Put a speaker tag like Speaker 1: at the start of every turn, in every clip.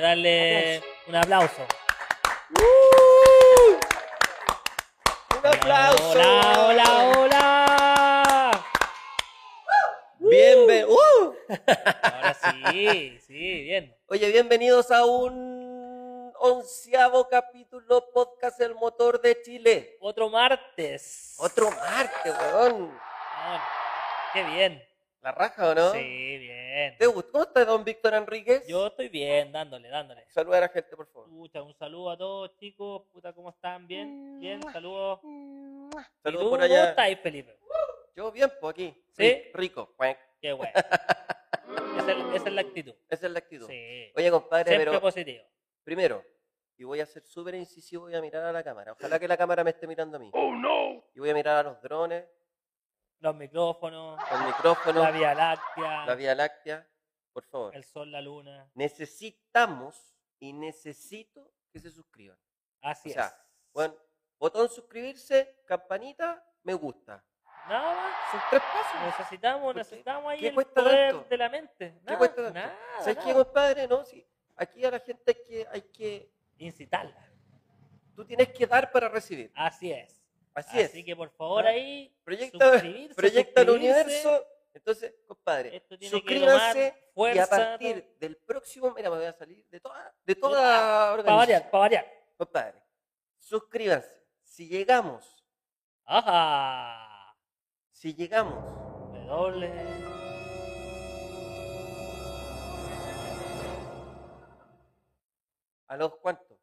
Speaker 1: darle un aplauso.
Speaker 2: Un aplauso.
Speaker 1: Hola, hola, hola.
Speaker 2: Bienven- ¡Uh!
Speaker 1: Ahora sí, sí, bien.
Speaker 2: Oye, bienvenidos a un onceavo capítulo podcast El Motor de Chile.
Speaker 1: Otro martes.
Speaker 2: Otro martes, weón.
Speaker 1: Weón, Qué bien.
Speaker 2: La raja, ¿o no?
Speaker 1: Sí, bien.
Speaker 2: ¿Te gustó? ¿Cómo está don Víctor Enríquez?
Speaker 1: Yo estoy bien, dándole, dándole.
Speaker 2: Saluda a la gente, por favor.
Speaker 1: Pucha, un saludo a todos, chicos. Puta, ¿cómo están? Bien, bien, saludos. ¿Y
Speaker 2: Saludos
Speaker 1: tú
Speaker 2: Mm. por
Speaker 1: cómo
Speaker 2: allá.
Speaker 1: estás, Felipe?
Speaker 2: Yo bien, pues aquí.
Speaker 1: ¿Sí?
Speaker 2: Rico. cuac.
Speaker 1: Qué bueno. Esa es, esa es la actitud.
Speaker 2: Esa es la actitud.
Speaker 1: Sí.
Speaker 2: Oye, compadre,
Speaker 1: Siempre
Speaker 2: pero
Speaker 1: positivo.
Speaker 2: primero, y voy a ser súper incisivo, voy a mirar a la cámara. Ojalá que la cámara me esté mirando a mí.
Speaker 1: Oh no.
Speaker 2: Y voy a mirar a los drones,
Speaker 1: Los micrófonos,
Speaker 2: los micrófonos,
Speaker 1: la Vía Láctea,
Speaker 2: la Vía Láctea. Por favor.
Speaker 1: el sol, la luna.
Speaker 2: necesitamos y necesito que se suscriban.
Speaker 1: Así
Speaker 2: O sea,
Speaker 1: es.
Speaker 2: Bueno, botón suscribirse, campanita, me gusta.
Speaker 1: Nada más.
Speaker 2: Son tres pasos.
Speaker 1: Necesitamos,
Speaker 2: ¿Por qué?
Speaker 1: necesitamos ahí
Speaker 2: ¿Qué
Speaker 1: el
Speaker 2: cuesta
Speaker 1: poder
Speaker 2: tanto?
Speaker 1: de la mente. Nada,
Speaker 2: ¿Qué cuesta tanto?
Speaker 1: nada,
Speaker 2: ¿Sabes qué,
Speaker 1: nada.
Speaker 2: compadre? No, sí. Aquí a la gente hay que, hay que.
Speaker 1: Incitarla.
Speaker 2: Tú tienes que dar para recibir.
Speaker 1: Así es.
Speaker 2: Así,
Speaker 1: Así,
Speaker 2: es.
Speaker 1: que por favor
Speaker 2: Ah.
Speaker 1: ahí
Speaker 2: proyecta
Speaker 1: suscribirse,
Speaker 2: proyecta el
Speaker 1: suscribirse.
Speaker 2: universo. Entonces, compadre,
Speaker 1: Esto tiene que
Speaker 2: suscríbanse
Speaker 1: tomar
Speaker 2: y a
Speaker 1: fuerza,
Speaker 2: partir del próximo. Mira, me voy a salir de toda, de toda
Speaker 1: Ah,
Speaker 2: la
Speaker 1: Para
Speaker 2: organización.
Speaker 1: variar, para variar.
Speaker 2: Compadre, suscríbanse. Si llegamos,
Speaker 1: Ajá.
Speaker 2: si llegamos
Speaker 1: De doble.
Speaker 2: ¿A los cuántos?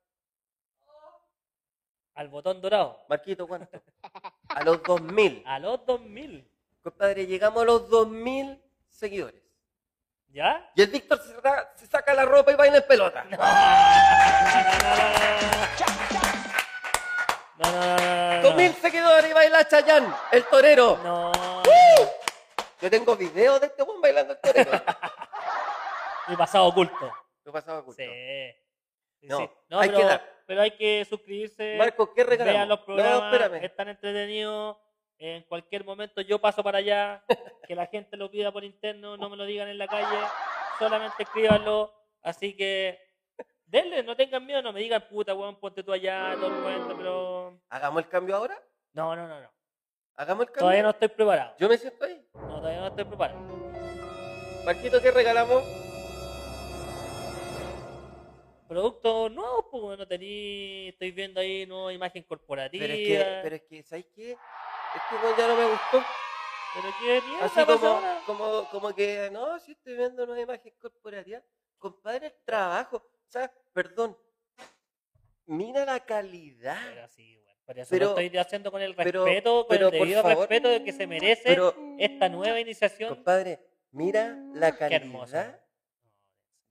Speaker 1: Al botón dorado.
Speaker 2: Marquito, ¿cuánto? A los 2000.
Speaker 1: A los 2000.
Speaker 2: Compadre, llegamos a los 2000 seguidores.
Speaker 1: ¿Ya?
Speaker 2: Y el Víctor se, ra- se saca la ropa y baila en pelota.
Speaker 1: No, no, no, no, no.
Speaker 2: 2000 seguidores y baila Chayán, el torero.
Speaker 1: No.
Speaker 2: Yo tengo videos de este buen bailando el torero.
Speaker 1: Mi pasado oculto.
Speaker 2: Lo pasaba oculto.
Speaker 1: Sí. Sí,
Speaker 2: No,
Speaker 1: sí.
Speaker 2: hay que
Speaker 1: pero,
Speaker 2: dar.
Speaker 1: pero hay que suscribirse.
Speaker 2: Marco, ¿qué regalamos?
Speaker 1: vean los
Speaker 2: No,
Speaker 1: programas.
Speaker 2: espérame.
Speaker 1: están entretenidos. En cualquier momento yo paso para allá. Que la gente lo pida por interno. No me lo digan en la calle. Solamente escríbanlo. Así que denle, no tengan miedo. No me digan puta, weón, ponte tú allá. Todo el cuento, pero.
Speaker 2: ¿Hagamos el cambio ahora?
Speaker 1: No, no, no, no.
Speaker 2: ¿Hagamos el cambio?
Speaker 1: Todavía no estoy preparado.
Speaker 2: Yo me siento ahí.
Speaker 1: No, todavía no estoy preparado.
Speaker 2: Marquito, ¿qué regalamos?
Speaker 1: Producto nuevo, pues bueno, tení, estoy viendo ahí nueva imagen corporativa.
Speaker 2: Pero es que, pero es que ¿sabes qué? Este weón ya no me gustó.
Speaker 1: Pero qué mierda
Speaker 2: Así
Speaker 1: pasa
Speaker 2: como,
Speaker 1: ahora.
Speaker 2: como, como que, no, si estoy viendo una imagen corporativa, compadre, el trabajo, o sea, perdón, mira la calidad,
Speaker 1: Pero sí, bueno, por eso
Speaker 2: Pero-
Speaker 1: lo estoy haciendo con el
Speaker 2: pero-
Speaker 1: respeto, con
Speaker 2: pero,
Speaker 1: el
Speaker 2: por
Speaker 1: debido
Speaker 2: favor.
Speaker 1: respeto de que se merece
Speaker 2: pero,
Speaker 1: esta nueva iniciación.
Speaker 2: compadre, mira la
Speaker 1: Qué hermosa.
Speaker 2: calidad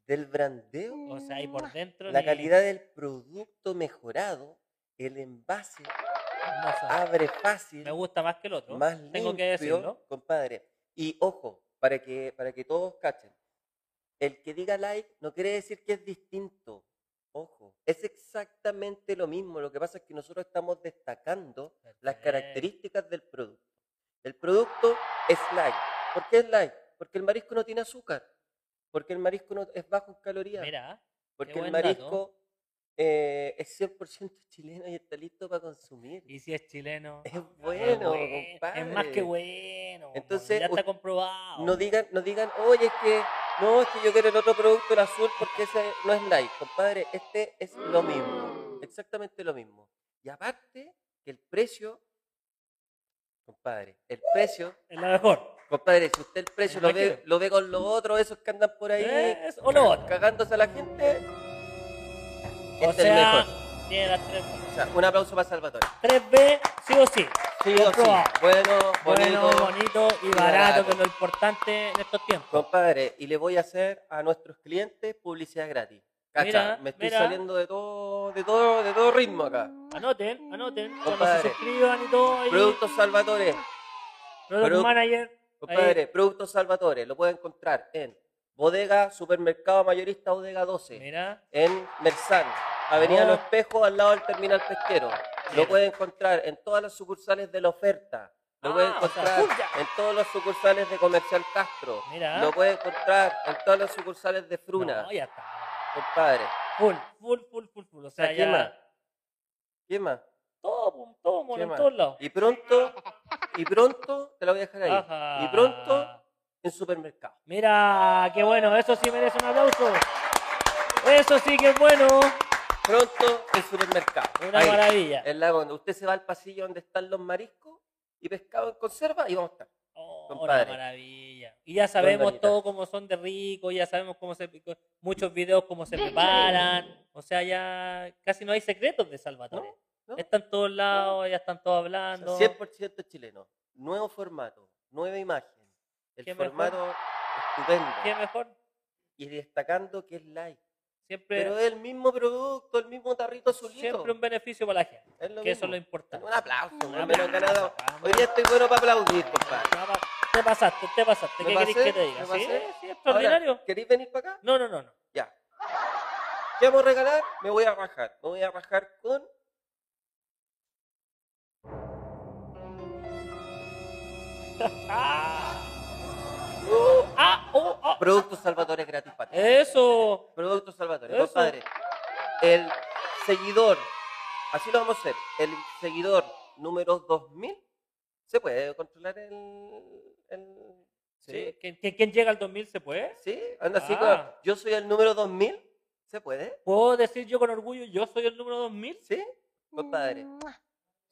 Speaker 2: del brandeo,
Speaker 1: O sea, y por dentro.
Speaker 2: la
Speaker 1: ni-
Speaker 2: calidad del producto mejorado, el envase
Speaker 1: hermoso.
Speaker 2: abre fácil,
Speaker 1: Ah. Me gusta más que el otro.
Speaker 2: ah, más
Speaker 1: Tengo que
Speaker 2: limpio,
Speaker 1: decirlo.
Speaker 2: compadre, y ojo, para que, para que todos cachen, El que diga like no quiere decir que es distinto. Ojo, es exactamente lo mismo. Lo que pasa es que nosotros estamos destacando las
Speaker 1: Perfecto.
Speaker 2: características del producto. El producto es light. ¿Por qué es light? Porque el marisco no tiene azúcar. Porque el marisco no, es bajo en calorías.
Speaker 1: Mira,
Speaker 2: porque
Speaker 1: buen
Speaker 2: el
Speaker 1: dato.
Speaker 2: marisco eh, es 100% chileno y está listo para consumir.
Speaker 1: y si es chileno.
Speaker 2: Es bueno,
Speaker 1: buen-
Speaker 2: compadre.
Speaker 1: es más que bueno. mon,
Speaker 2: Entonces,
Speaker 1: ya está
Speaker 2: u-
Speaker 1: comprobado.
Speaker 2: No digan, no digan, oye, es que no, es que yo quiero el otro producto, el azul, porque ese no es light. Compadre, este es
Speaker 1: Mm.
Speaker 2: lo mismo. Exactamente lo mismo. Y aparte, que el precio, compadre, el precio,
Speaker 1: Es lo mejor.
Speaker 2: compadre, si usted el precio lo ve,
Speaker 1: Imagino.
Speaker 2: lo ve con los otros, esos que andan por ahí
Speaker 1: Es o lo otro.
Speaker 2: cagándose a la gente, este
Speaker 1: O
Speaker 2: es
Speaker 1: sea,
Speaker 2: el mejor.
Speaker 1: tiene las tres.
Speaker 2: O sea, un aplauso para Salvatore.
Speaker 1: 3B, sí o sí.
Speaker 2: Sí,
Speaker 1: Lo
Speaker 2: o sí.
Speaker 1: probamos.
Speaker 2: Bueno, bonito.
Speaker 1: Bueno, bonito y barato,
Speaker 2: barato.
Speaker 1: que es lo importante en estos tiempos.
Speaker 2: Compadre, y le voy a hacer a nuestros clientes publicidad gratis. Cacha,
Speaker 1: Mira,
Speaker 2: me estoy
Speaker 1: mira.
Speaker 2: saliendo de todo, de todo, de todo ritmo acá.
Speaker 1: Anoten, anoten, cuando se
Speaker 2: Compadre.
Speaker 1: suscriban y todo. ahí,
Speaker 2: Productos Salvatore,
Speaker 1: Product
Speaker 2: produ-
Speaker 1: Manager.
Speaker 2: compadre, Productos Salvatore, lo puede encontrar en Bodega, Supermercado Mayorista Bodega 12,
Speaker 1: Mira,
Speaker 2: en Mersan, Avenida
Speaker 1: Oh.
Speaker 2: Los Espejos, al lado del Terminal Pesquero.
Speaker 1: Mira.
Speaker 2: Lo puede encontrar en todas las sucursales de la oferta. Lo
Speaker 1: Ah,
Speaker 2: puede
Speaker 1: o sea,
Speaker 2: encontrar
Speaker 1: ¡Juya!
Speaker 2: en todas las sucursales de Comercial Castro.
Speaker 1: Mira.
Speaker 2: Lo puede encontrar en todas las sucursales de Fruna.
Speaker 1: No, ya está.
Speaker 2: compadre.
Speaker 1: Full, full, full, full, full. O sea,
Speaker 2: Ah, ¿qué
Speaker 1: ya
Speaker 2: más? ¿Qué más?
Speaker 1: todo, pum, todo, mono,
Speaker 2: ¿Qué
Speaker 1: en
Speaker 2: más?
Speaker 1: todos lados.
Speaker 2: Y pronto, y pronto, te la voy a dejar ahí.
Speaker 1: Ajá.
Speaker 2: Y pronto, en supermercado.
Speaker 1: Mira, qué bueno, eso sí merece un aplauso. Eso sí que es bueno.
Speaker 2: Pronto, en supermercado.
Speaker 1: Una
Speaker 2: Ahí,
Speaker 1: maravilla.
Speaker 2: en la onda. Usted se va al pasillo donde están los mariscos y pescado en conserva y vamos a estar.
Speaker 1: Oh,
Speaker 2: compadre.
Speaker 1: Una maravilla. Y ya sabemos
Speaker 2: Dondanita.
Speaker 1: todo cómo son de ricos, ya sabemos cómo se muchos videos cómo se preparan. O sea, ya casi no hay secretos de Salvatore.
Speaker 2: ¿No?
Speaker 1: Están todos lados, ya están todos
Speaker 2: O
Speaker 1: hablando.
Speaker 2: sea, 100% chileno. Nuevo formato, nueva imagen.
Speaker 1: Qué
Speaker 2: El
Speaker 1: mejor.
Speaker 2: formato estupendo.
Speaker 1: ¿Qué mejor?
Speaker 2: Y destacando que es light.
Speaker 1: Siempre,
Speaker 2: Pero es el mismo producto, el mismo tarrito solito.
Speaker 1: siempre un beneficio para la gente.
Speaker 2: Es lo
Speaker 1: que eso es lo
Speaker 2: mismo.
Speaker 1: importante. Ah,
Speaker 2: Un aplauso,
Speaker 1: Un
Speaker 2: un menos
Speaker 1: aplauso,
Speaker 2: ganado.
Speaker 1: vamos.
Speaker 2: Hoy día estoy bueno para aplaudir, compadre.
Speaker 1: Te pasaste, te pasaste.
Speaker 2: ¿Me
Speaker 1: ¿Qué querés
Speaker 2: pasé?
Speaker 1: que te diga?
Speaker 2: ¿Me
Speaker 1: Sí,
Speaker 2: pasé?
Speaker 1: sí, extraordinario.
Speaker 2: Ahora, ¿Queréis venir para acá?
Speaker 1: No, no, no, no.
Speaker 2: Ya. ¿Qué vamos a regalar? Me voy a bajar. Me voy a bajar con. Ah. ¡Uh!
Speaker 1: ¡Ah! ¡Oh! oh.
Speaker 2: Productos Salvatore gratis para ti.
Speaker 1: Eso.
Speaker 2: Productos Salvatore.
Speaker 1: Eso.
Speaker 2: Compadre, el seguidor, así lo vamos a hacer. El seguidor número 2000, ¿se puede controlar el. el-
Speaker 1: Sí. ¿Quién, quién- quién llega al 2000 se puede?
Speaker 2: ¿Sí? Anda así
Speaker 1: Ah.
Speaker 2: con- Yo soy el número 2000, ¿se puede?
Speaker 1: ¿Puedo decir yo con orgullo, yo soy el número 2000?
Speaker 2: ¿Sí? Compadre,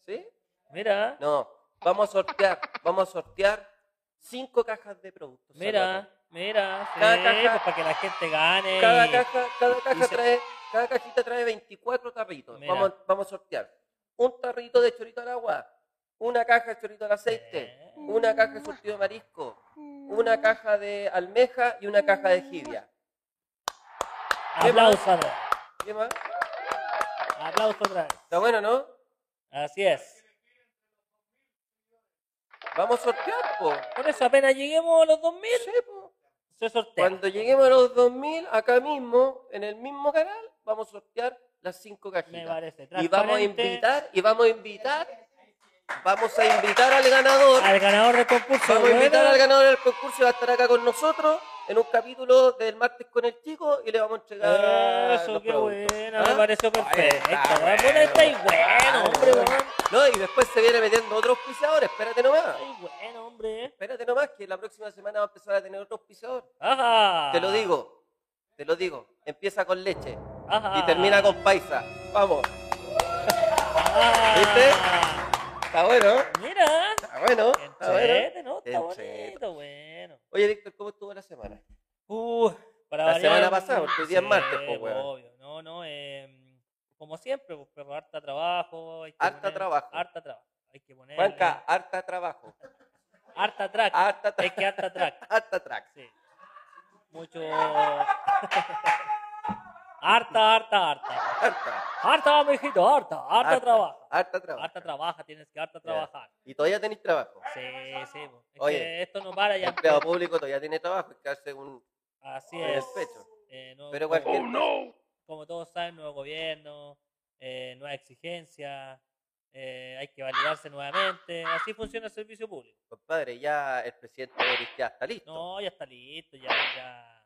Speaker 2: ¿sí?
Speaker 1: Mira,
Speaker 2: No, vamos a sortear, vamos a sortear cinco cajas de productos.
Speaker 1: mira,
Speaker 2: Salvatore.
Speaker 1: mira. sí,
Speaker 2: Cada caja-
Speaker 1: pues para que la gente gane.
Speaker 2: Cada
Speaker 1: y-
Speaker 2: caja, cada caja
Speaker 1: se-
Speaker 2: trae, cada cajita trae 24 tarritos.
Speaker 1: Mira.
Speaker 2: Vamos, vamos a sortear. Un tarrito de chorito al agua, una caja de chorito al aceite,
Speaker 1: Eh,
Speaker 2: una caja de surtido de marisco, una caja de almeja y una caja de jibia. ¿qué más?
Speaker 1: Aplauso otra vez.
Speaker 2: ¿Qué más?
Speaker 1: Aplauso otra vez.
Speaker 2: Está bueno, ¿no?
Speaker 1: Así es.
Speaker 2: Vamos a sortear, po.
Speaker 1: Por eso apenas lleguemos a los 2000,
Speaker 2: Sí, po.
Speaker 1: se sortea.
Speaker 2: Cuando lleguemos a los 2000, acá mismo, en el mismo canal, vamos a sortear las cinco
Speaker 1: Me
Speaker 2: cajitas.
Speaker 1: parece.
Speaker 2: Y vamos a
Speaker 1: transparente
Speaker 2: invitar, y vamos a invitar, vamos a invitar al ganador.
Speaker 1: al ganador del concurso.
Speaker 2: Vamos a invitar
Speaker 1: Bueno,
Speaker 2: al ganador del concurso y va a estar acá con nosotros en un capítulo del martes con el chico y le vamos a entregar.
Speaker 1: Eso,
Speaker 2: los
Speaker 1: qué
Speaker 2: productos.
Speaker 1: bueno,
Speaker 2: ¿Ah?
Speaker 1: me pareció
Speaker 2: Ahí
Speaker 1: perfecto.
Speaker 2: está,
Speaker 1: Bueno, estáis
Speaker 2: Ah,
Speaker 1: bueno, hombre,
Speaker 2: bueno.
Speaker 1: bueno.
Speaker 2: No, y después se viene metiendo otro auspiciador, espérate nomás.
Speaker 1: Estáis bueno, hombre.
Speaker 2: Espérate nomás que la próxima semana va a empezar a tener otro auspiciador.
Speaker 1: Ajá.
Speaker 2: Te lo digo, te lo digo. Empieza con leche
Speaker 1: Ajá.
Speaker 2: y termina con paisa. Vamos,
Speaker 1: Ah.
Speaker 2: ¿Viste? está bueno, ¿eh?
Speaker 1: Mira.
Speaker 2: está bueno, está bueno.
Speaker 1: Entrete, ¿no? Está
Speaker 2: Entrete.
Speaker 1: bonito, bueno.
Speaker 2: Oye, Víctor, ¿cómo estuvo la semana?
Speaker 1: Uh, para
Speaker 2: La
Speaker 1: variar,
Speaker 2: semana pasada, porque hoy día es
Speaker 1: sí,
Speaker 2: martes, po, weón.
Speaker 1: obvio. No, no, eh, como siempre, pues, pero harta trabajo. hay que
Speaker 2: Harta
Speaker 1: poner-
Speaker 2: trabajo.
Speaker 1: Harta trabajo. Hay que poner.
Speaker 2: Juanca, harta trabajo.
Speaker 1: Harta track.
Speaker 2: Harta
Speaker 1: Es
Speaker 2: track.
Speaker 1: que harta track.
Speaker 2: Harta track.
Speaker 1: Sí. Mucho. harta, harta, harta.
Speaker 2: Harta.
Speaker 1: Harta, mijito, harta. Harta trabajo.
Speaker 2: Harta trabajo.
Speaker 1: Harta trabaja, tienes que harta
Speaker 2: Ya.
Speaker 1: trabajar.
Speaker 2: Y todavía tenéis trabajo.
Speaker 1: Sí, sí. po. Es
Speaker 2: Oye,
Speaker 1: que esto no para
Speaker 2: El
Speaker 1: ya.
Speaker 2: empleado público todavía tiene trabajo, es que hace un...
Speaker 1: Así
Speaker 2: en el
Speaker 1: es.
Speaker 2: pecho.
Speaker 1: Eh, no-
Speaker 2: Pero
Speaker 1: como-
Speaker 2: cualquier...
Speaker 1: como todos saben, nuevo gobierno, eh, nueva exigencia, eh, hay que validarse nuevamente. Así funciona el servicio público.
Speaker 2: Compadre, ya el presidente Boris ya está listo. No,
Speaker 1: No, ya está listo, ya, ya.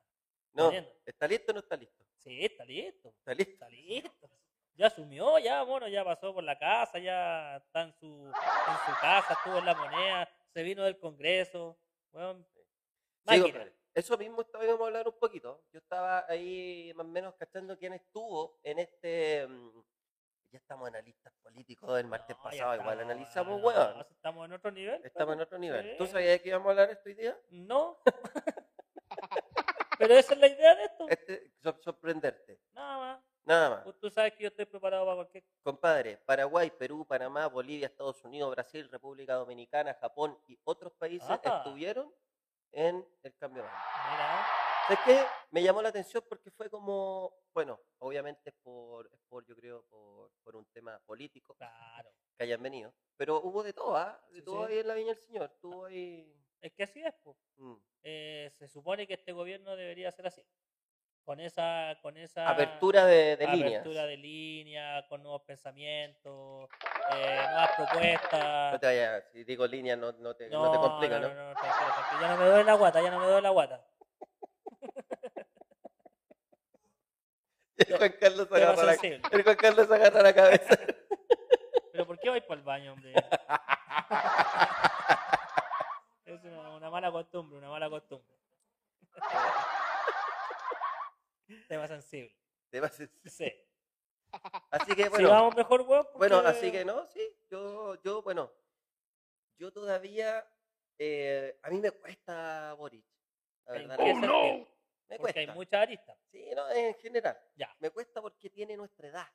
Speaker 1: bien.
Speaker 2: ¿está listo o no está listo?
Speaker 1: Sí, está listo,
Speaker 2: Está listo.
Speaker 1: está listo. Ya asumió, ya, bueno, ya pasó por la casa, ya está en su, en su casa, estuvo en la moneda, se vino del Congreso. Bueno,
Speaker 2: Sí,
Speaker 1: máquina.
Speaker 2: compadre. Eso mismo estaba- íbamos a hablar un poquito. Yo estaba ahí más o menos cachando quién estuvo en este... mm, Ya estamos analistas políticos del martes
Speaker 1: No, ya
Speaker 2: pasado, igual
Speaker 1: estamos,
Speaker 2: analizamos,
Speaker 1: no,
Speaker 2: weón.
Speaker 1: Estamos en otro nivel.
Speaker 2: Estamos en otro nivel.
Speaker 1: Sí.
Speaker 2: ¿Tú sabías que íbamos a hablar esto hoy día?
Speaker 1: No. Pero esa es la idea de esto.
Speaker 2: Este, sor- sorprenderte.
Speaker 1: Nada más.
Speaker 2: Nada más.
Speaker 1: Pues Tú sabes que yo estoy preparado para cualquier cosa.
Speaker 2: Compadre, Paraguay, Perú, Panamá, Bolivia, Estados Unidos, Brasil, República Dominicana, Japón y otros países
Speaker 1: Ah.
Speaker 2: estuvieron en el cambio de bando.
Speaker 1: Mira,
Speaker 2: ¿Sabes qué? Me llamó la atención porque fue como, bueno, obviamente es por, es por yo creo, por, por un tema político
Speaker 1: claro.
Speaker 2: que hayan venido, pero hubo de todo, ¿ah? De
Speaker 1: Sí, sí. Ah.
Speaker 2: todo ahí en la Viña del Señor, estuvo ahí...
Speaker 1: Es que así es, po.
Speaker 2: mm.
Speaker 1: Eh, se supone que este gobierno debería ser así. Con esa, con esa
Speaker 2: Apertura de, de líneas.
Speaker 1: Ah, apertura de línea, con nuevos pensamientos, eh, nuevas propuestas.
Speaker 2: No te vayas, si digo líneas no, no te, no te complica, ¿no?
Speaker 1: No, no, tranquilo, tranquilo. Ya no me doy la guata, ya no me doy la guata.
Speaker 2: El Juan Carlos
Speaker 1: Tema
Speaker 2: agarra la,
Speaker 1: sensible.
Speaker 2: el Juan Carlos agarra la cabeza.
Speaker 1: Pero ¿por qué vais para el baño, hombre? es una, una mala costumbre, una mala costumbre. Tema sensible.
Speaker 2: Tema sensible.
Speaker 1: Sí.
Speaker 2: Así que
Speaker 1: si
Speaker 2: bueno,
Speaker 1: vamos mejor, weón.
Speaker 2: bueno,
Speaker 1: porque-
Speaker 2: así que no, sí, yo, yo, bueno, yo todavía, eh, a mí me cuesta Boric. La
Speaker 1: ¿En
Speaker 2: verdad,
Speaker 1: qué
Speaker 2: la-
Speaker 1: sentido?
Speaker 2: me
Speaker 1: Porque hay
Speaker 2: cuesta.
Speaker 1: muchas aristas.
Speaker 2: Sí, no, en general.
Speaker 1: Ya.
Speaker 2: Me cuesta porque tiene nuestra edad.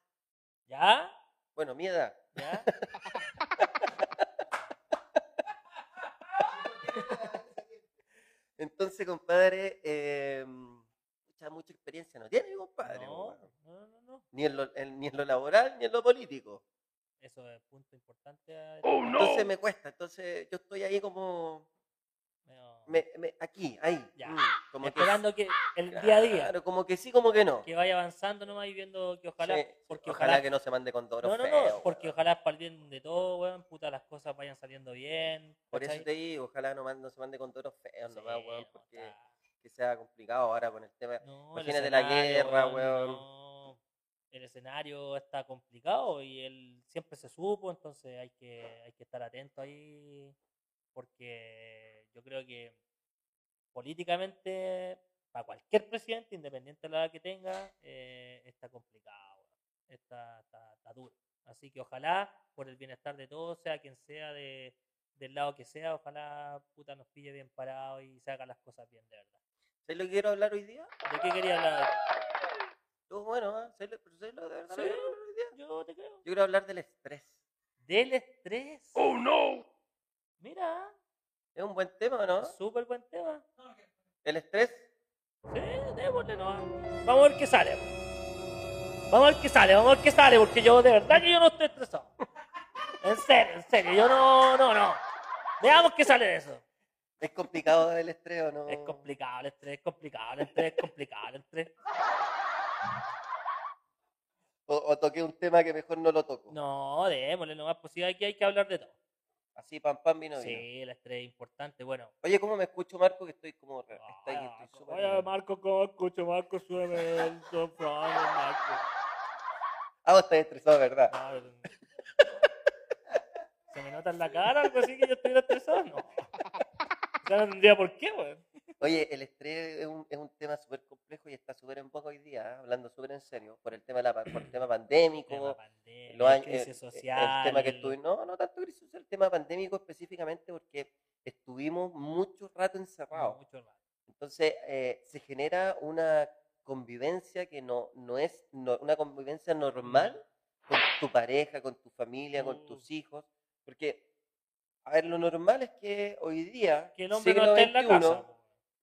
Speaker 1: ¿Ya?
Speaker 2: Bueno, mi edad.
Speaker 1: ¿Ya?
Speaker 2: Entonces, compadre, eh, pucha, mucha experiencia no tiene, compadre.
Speaker 1: no,
Speaker 2: weón.
Speaker 1: no, no, no.
Speaker 2: Ni en, lo, en- ni en lo laboral, ni en lo político.
Speaker 1: Eso es punto importante. a-
Speaker 2: Entonces me cuesta, entonces yo estoy ahí como,
Speaker 1: medio-
Speaker 2: me- me- aquí, ahí. mm,
Speaker 1: Ya.
Speaker 2: como que-
Speaker 1: oh, esperando que, el día a día
Speaker 2: Claro, como que sí, como que no.
Speaker 1: que vaya avanzando nomás y viendo que ojalá,
Speaker 2: Sí,
Speaker 1: porque
Speaker 2: ojalá,
Speaker 1: ojalá,
Speaker 2: que no se mande con toros
Speaker 1: no, no,
Speaker 2: feos,
Speaker 1: no, porque
Speaker 2: weón.
Speaker 1: ojalá para el bien de todo, weón, puta, las cosas vayan saliendo bien.
Speaker 2: Por
Speaker 1: ¿cachai?
Speaker 2: eso te digo, ojalá no, man- no se mande con toros feos nomás,
Speaker 1: Sí,
Speaker 2: weón,
Speaker 1: no,
Speaker 2: porque
Speaker 1: está.
Speaker 2: que sea complicado ahora con el tema.
Speaker 1: No, el
Speaker 2: Imagínate la
Speaker 1: escenario,
Speaker 2: guerra, weón.
Speaker 1: no. el escenario está complicado y él siempre se supo, entonces hay que, hay que estar atento ahí porque yo creo que políticamente para cualquier presidente, independiente de la edad que tenga, eh, está complicado, weón. está, está, está duro. Así que ojalá, por el bienestar de todos, sea quien sea, de, del lado que sea, ojalá puta nos pille bien parado y se hagan las cosas bien, de verdad.
Speaker 2: ¿Sabes lo que quiero hablar hoy día?
Speaker 1: ¿De qué quería hablar?
Speaker 2: Yo, bueno, ah, ¿sabes lo- pero ¿sabes lo de verdad
Speaker 1: Sí.
Speaker 2: lo que quiero hablar hoy día?
Speaker 1: Yo te creo.
Speaker 2: Yo quiero hablar del estrés.
Speaker 1: Del estrés.
Speaker 2: ¡Oh, no!
Speaker 1: Mira,
Speaker 2: Es un buen tema, ¿no?
Speaker 1: súper buen tema.
Speaker 2: El estrés.
Speaker 1: Sí, démosle nomás. Vamos a ver qué sale. Vamos a ver qué sale, vamos a ver qué sale, porque yo de verdad que yo no estoy estresado. En serio, en serio, yo no, no, no. Veamos qué sale de eso.
Speaker 2: Es complicado el estrés, ¿o ¿no?
Speaker 1: Es complicado el estrés, es complicado el estrés, es complicado el estrés.
Speaker 2: O, o toqué un tema que mejor no lo toco.
Speaker 1: No, démosle nomás, pues sí, aquí hay que hablar de todo.
Speaker 2: Así, pam, pam, vino, vino.
Speaker 1: Sí, el estrés es importante, bueno.
Speaker 2: Oye, ¿cómo me escucho, Marco? Que estoy como... re- está ahí,
Speaker 1: Ah,
Speaker 2: estoy súper
Speaker 1: Oye,
Speaker 2: bien.
Speaker 1: Marco, ¿cómo escucho? Marco, sube el sofá, Marco.
Speaker 2: Ah, vos estás estresado, ¿verdad?
Speaker 1: No, pero- ¿Se me nota en la cara algo así que yo estoy estresado? No. Ya no tendría por qué, weón.
Speaker 2: Oye, el estrés es un, es un tema súper complejo y está súper en boca hoy día, ¿ah? hablando súper en serio, por el tema, de la, pa- por el tema pandémico,
Speaker 1: Tema
Speaker 2: los
Speaker 1: pandemia,
Speaker 2: años- el-
Speaker 1: crisis
Speaker 2: el-
Speaker 1: social.
Speaker 2: el tema que
Speaker 1: el-
Speaker 2: estuvimos, no, no tanto crisis social, el tema pandémico específicamente porque estuvimos mucho rato encerrados.
Speaker 1: mucho más.
Speaker 2: Entonces eh, se genera una convivencia que no, no es no- una convivencia normal con tu pareja, con tu familia, con
Speaker 1: Mm.
Speaker 2: tus hijos, porque, a ver, lo normal es que hoy día,
Speaker 1: Que el hombre no
Speaker 2: siglo
Speaker 1: esté en la casa.
Speaker 2: XXI,
Speaker 1: weón.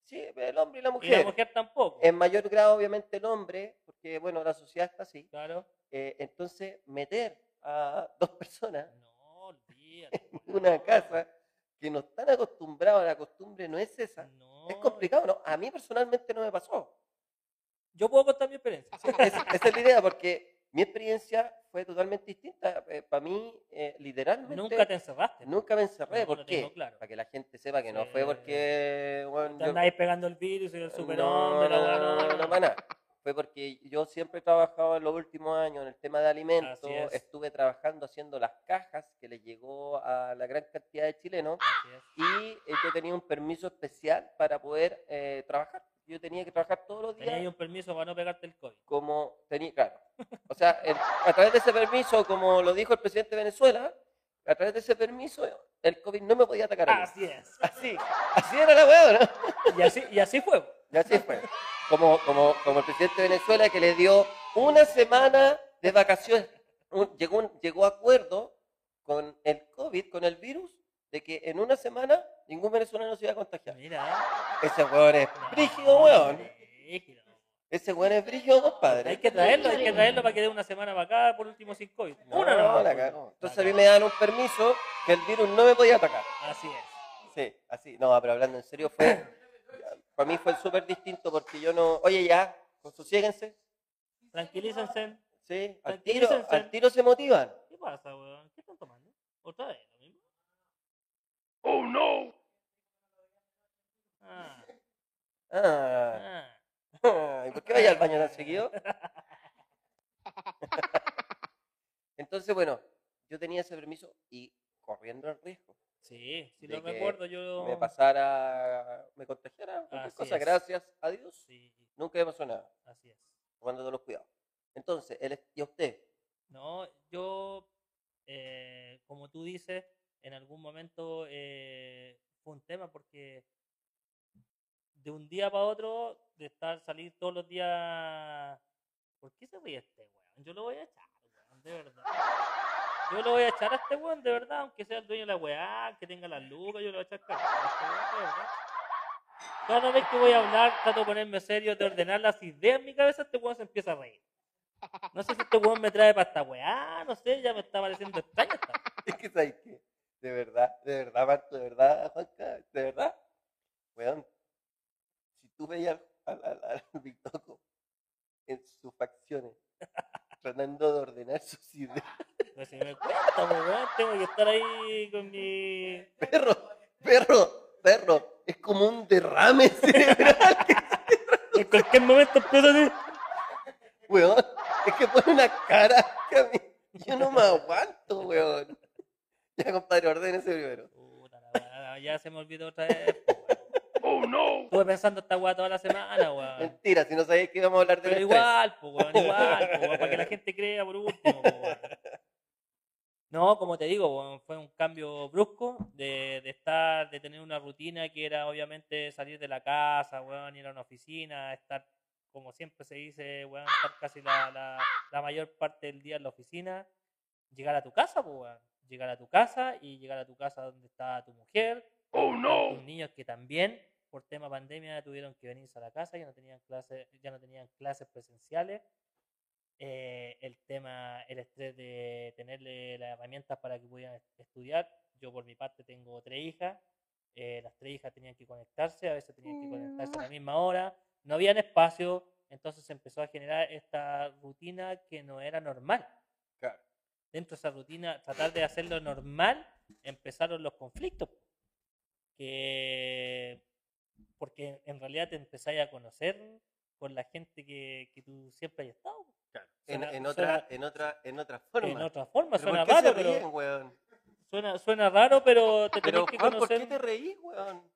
Speaker 2: sí, el hombre y la
Speaker 1: Y la
Speaker 2: mujer,
Speaker 1: mujer tampoco.
Speaker 2: en mayor grado obviamente el hombre, porque bueno, la sociedad está así,
Speaker 1: Claro.
Speaker 2: eh, entonces meter a dos personas
Speaker 1: No, olvídate.
Speaker 2: en una casa que no están acostumbrados, la costumbre no es esa,
Speaker 1: No.
Speaker 2: es complicado, ¿no? A mí personalmente no me pasó.
Speaker 1: Yo puedo contar mi experiencia. sí.
Speaker 2: Es- esa es la idea, porque mi experiencia fue totalmente distinta. para mí, eh, literalmente,
Speaker 1: Nunca te encerraste.
Speaker 2: nunca me encerré.
Speaker 1: No,
Speaker 2: ¿Por
Speaker 1: lo
Speaker 2: qué?
Speaker 1: tengo claro.
Speaker 2: Para que la gente sepa que no
Speaker 1: Sí.
Speaker 2: fue porque... bueno,
Speaker 1: Te
Speaker 2: yo-
Speaker 1: andáis pegando el virus y el
Speaker 2: no,
Speaker 1: superhombre. la
Speaker 2: no,
Speaker 1: weá,
Speaker 2: no, no, no, para nada. Fue porque yo siempre he trabajado en los últimos años en el tema de alimentos.
Speaker 1: Así es.
Speaker 2: Estuve trabajando haciendo las cajas que les llegó a la gran cantidad de chilenos.
Speaker 1: Así es.
Speaker 2: Y eh, yo tenía un permiso especial para poder eh, trabajar. Yo tenía que trabajar todos los días
Speaker 1: Tenías ahí un permiso para no pegarte el COVID.
Speaker 2: como tenía, claro. O sea, el- a través de ese permiso, como lo dijo el presidente de Venezuela, a través de ese permiso el COVID no me podía atacar. a mí.
Speaker 1: Así es.
Speaker 2: Así, así era la weá, ¿no?
Speaker 1: Y así, y así fue. weón.
Speaker 2: Y así fue. Como, como, como el presidente de Venezuela que le dio una semana de vacaciones. Un- llegó, un- llegó a acuerdo con el COVID, con el virus, de que en una semana ningún venezolano se iba a contagiar.
Speaker 1: Mira.
Speaker 2: Ese weón es
Speaker 1: no,
Speaker 2: brígido, weón.
Speaker 1: brígido.
Speaker 2: Ese weón es brígido, compadre.
Speaker 1: Hay que traerlo, hay que traerlo para que dé una semana para acá, por último sin COVID.
Speaker 2: No,
Speaker 1: Una nomás,
Speaker 2: la
Speaker 1: pues.
Speaker 2: cagó. Entonces
Speaker 1: La
Speaker 2: a mí
Speaker 1: cagó.
Speaker 2: me dan un permiso que el virus no me podía atacar.
Speaker 1: Así es.
Speaker 2: Sí, así. No, pero hablando en serio, fue. Para mí fue súper distinto porque yo no. Oye, ya, pues, sosiéguense.
Speaker 1: Tranquilícense.
Speaker 2: Sí, al tiro,
Speaker 1: Tranquilícense.
Speaker 2: al tiro se motivan.
Speaker 1: ¿Qué pasa, weón? ¿Qué están tomando? ¿Otra vez lo mismo? ¡Oh, no! Ah,
Speaker 2: Ah,
Speaker 1: ah.
Speaker 2: ah, ¿y por qué vaya al baño tan seguido? Entonces, bueno, yo tenía ese permiso y corriendo el riesgo
Speaker 1: Sí, si
Speaker 2: De
Speaker 1: no
Speaker 2: que
Speaker 1: me acuerdo, yo.
Speaker 2: me pasara, me contagiara, cualquier
Speaker 1: Oh. Así
Speaker 2: cosa,
Speaker 1: es.
Speaker 2: gracias a Dios,
Speaker 1: Sí,
Speaker 2: nunca me pasó nada,
Speaker 1: así es.
Speaker 2: tomando los cuidados. Entonces, él, es- ¿y a usted?
Speaker 1: No, yo, eh, como tú dices, en algún momento eh, fue un tema porque de un día para otro, de estar salir todos los días. ¿Por qué se ríe este weón? Yo lo voy a echar, weón, de verdad. Yo lo voy a echar a este weón, de verdad, aunque sea el dueño de la weá, que tenga las lucas, yo lo voy a echar cagando a este weón, de verdad. Cada vez que voy a hablar, trato de ponerme serio, de ordenar las ideas en mi cabeza, este weón se empieza a reír. No sé si este weón me trae para esta weá, no sé, ya me está pareciendo extraño. esta weá.
Speaker 2: Es que, ¿sabes qué? De verdad, de verdad, Marco, de verdad, Juanca, de verdad. Weón, si tú veías al, al, al, al Bitoco en sus facciones, tratando de ordenar sus ideas,
Speaker 1: Pero si me cuesta, pues, weón, tengo que estar ahí con mi.
Speaker 2: perro, perro, perro, es como un derrame cerebral,
Speaker 1: En cualquier momento empiezo así.
Speaker 2: weón. Es que pone una cara que a mí, yo no me aguanto, weón. Ya, compadre, ordénese primero.
Speaker 1: Puta la weá, ya se me olvidó otra vez. Oh no. Estuve pensando esta weá toda la semana, weón.
Speaker 2: Mentira, si no sabéis que íbamos a hablar de
Speaker 1: Pero igual, pues, weón, igual, pues, weón, para que la gente crea por último, pues, weón. No, como te digo, weón, fue un cambio brusco de, de estar, de tener una rutina que era obviamente salir de la casa, weón, ir a una oficina, estar, como siempre se dice, weón, estar casi la, la- la mayor parte del día en la oficina, llegar a tu casa, pues, weón. Llegar a tu casa y llegar a tu casa donde está tu mujer,
Speaker 2: Oh
Speaker 1: no. tus niños que también por tema pandemia tuvieron que venirse a la casa, ya no tenían clases, ya no tenían clases presenciales. Eh, el tema, el estrés de tenerle las herramientas para que pudieran est- estudiar. Yo por mi parte tengo tres hijas. eh, las tres hijas tenían que conectarse, a veces tenían que conectarse a la misma hora. No habían espacio, entonces se empezó a generar esta rutina que no era normal
Speaker 2: Claro.
Speaker 1: dentro de esa rutina, tratar de hacerlo normal, empezaron los conflictos. po. Que, porque en realidad te empezáis a conocer con la gente que, que tú siempre hayas estado. po.
Speaker 2: En,
Speaker 1: Suena-
Speaker 2: en otra,
Speaker 1: suena-
Speaker 2: en otra, en otra forma.
Speaker 1: en otra forma,
Speaker 2: ¿Pero
Speaker 1: suena
Speaker 2: ¿Por qué
Speaker 1: raro,
Speaker 2: se ríen,
Speaker 1: pero,
Speaker 2: weón?
Speaker 1: suena, suena raro, pero te
Speaker 2: Pero
Speaker 1: tenés que
Speaker 2: Juan, ¿por qué
Speaker 1: conocer.
Speaker 2: te reís, weón?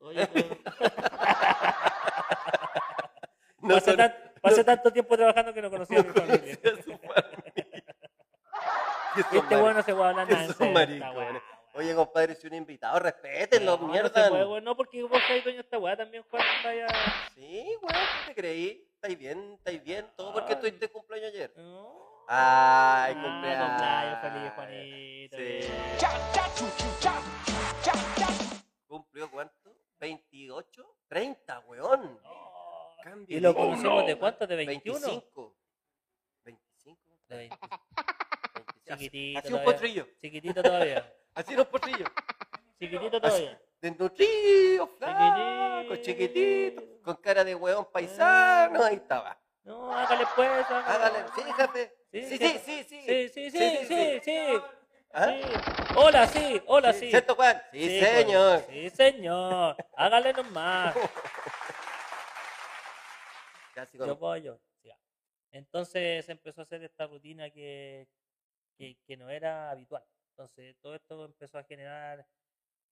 Speaker 1: Oye, pero-
Speaker 2: No,
Speaker 1: pasé,
Speaker 2: no,
Speaker 1: tan- pasé tanto tiempo trabajando que no conocía a mi
Speaker 2: no
Speaker 1: familia.
Speaker 2: conocía a su familia. Que son
Speaker 1: Este bueno
Speaker 2: mari-
Speaker 1: no se puede hablar nada en
Speaker 2: esos
Speaker 1: serio, esta weá.
Speaker 2: maricones. Oye, compadre, si un invitado, respétenlo,
Speaker 1: No, no se
Speaker 2: Este mierda.
Speaker 1: puede, weón, No, porque vos sois dueño de esta weá también, Juan. vaya-
Speaker 2: Sí, weón, ¿qué te creí? ¿Estáis bien? ¿Estáis bien? ¿Todo porque
Speaker 1: Ay.
Speaker 2: estuviste de cumpleaños ayer?
Speaker 1: No.
Speaker 2: Ay,
Speaker 1: Ah,
Speaker 2: cumpleaños.
Speaker 1: cumpleaños feliz, Juanito.
Speaker 2: Sí.
Speaker 1: bien.
Speaker 2: ¿Cumplió cuánto? ¿28? ¿30, weón?
Speaker 1: Oh,
Speaker 2: Cambio.
Speaker 1: ¿Y lo conocimos de cuánto? ¿De 21?
Speaker 2: 25. 25.
Speaker 1: De 20.
Speaker 2: 25.
Speaker 1: Chiquitito
Speaker 2: Así un
Speaker 1: todavía.
Speaker 2: potrillo.
Speaker 1: Chiquitito todavía.
Speaker 2: Así un potrillo.
Speaker 1: Chiquitito todavía.
Speaker 2: Desnutrido, flaco, chiquitito, con cara de hueón paisano, ahí estaba. Ah,
Speaker 1: No, hágale pues, hágale.
Speaker 2: Hágale, fíjate.
Speaker 1: Sí,
Speaker 2: Sí,
Speaker 1: que-
Speaker 2: sí, sí, sí.
Speaker 1: Sí, sí, sí, sí,
Speaker 2: Sí, sí,
Speaker 1: sí.
Speaker 2: sí.
Speaker 1: Sí.
Speaker 2: ¿Ah?
Speaker 1: Hola, sí, hola, sí.
Speaker 2: ¿Cierto, Juan? Sí,
Speaker 1: Sí, pues,
Speaker 2: señor.
Speaker 1: Sí, Ah. señor. Hágale nomás.
Speaker 2: Ya sigo.
Speaker 1: Yo puedo yo. Ya. Entonces se empezó a hacer esta rutina que, que, que no era habitual. Entonces todo esto empezó a generar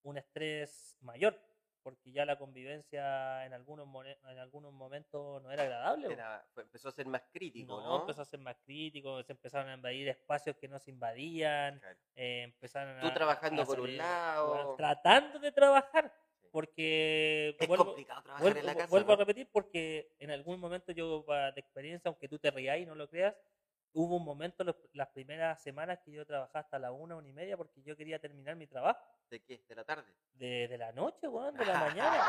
Speaker 1: un estrés mayor, porque ya la convivencia en algunos, mone- en algunos momentos no era agradable. po.
Speaker 2: Era- pues, empezó a ser más crítico,
Speaker 1: no,
Speaker 2: ¿no?
Speaker 1: empezó a ser más crítico, se empezaron a invadir espacios que no se invadían,
Speaker 2: Claro.
Speaker 1: eh, empezaron
Speaker 2: Tú
Speaker 1: a-
Speaker 2: trabajando por un
Speaker 1: salir-
Speaker 2: lado.
Speaker 1: tratando de trabajar,
Speaker 2: Sí.
Speaker 1: porque
Speaker 2: Es
Speaker 1: vuelvo-
Speaker 2: complicado trabajar
Speaker 1: Vuelvo,
Speaker 2: en la casa.
Speaker 1: vuelvo
Speaker 2: ¿no?
Speaker 1: a repetir porque en algún momento yo, pa- de experiencia, aunque tú te riáis y no lo creas, hubo un momento, los- las primeras semanas que yo trabajaba hasta la una, una y media porque yo quería terminar mi trabajo.
Speaker 2: ¿De qué? ¿De la tarde?
Speaker 1: De, de la noche, weón, de la mañana.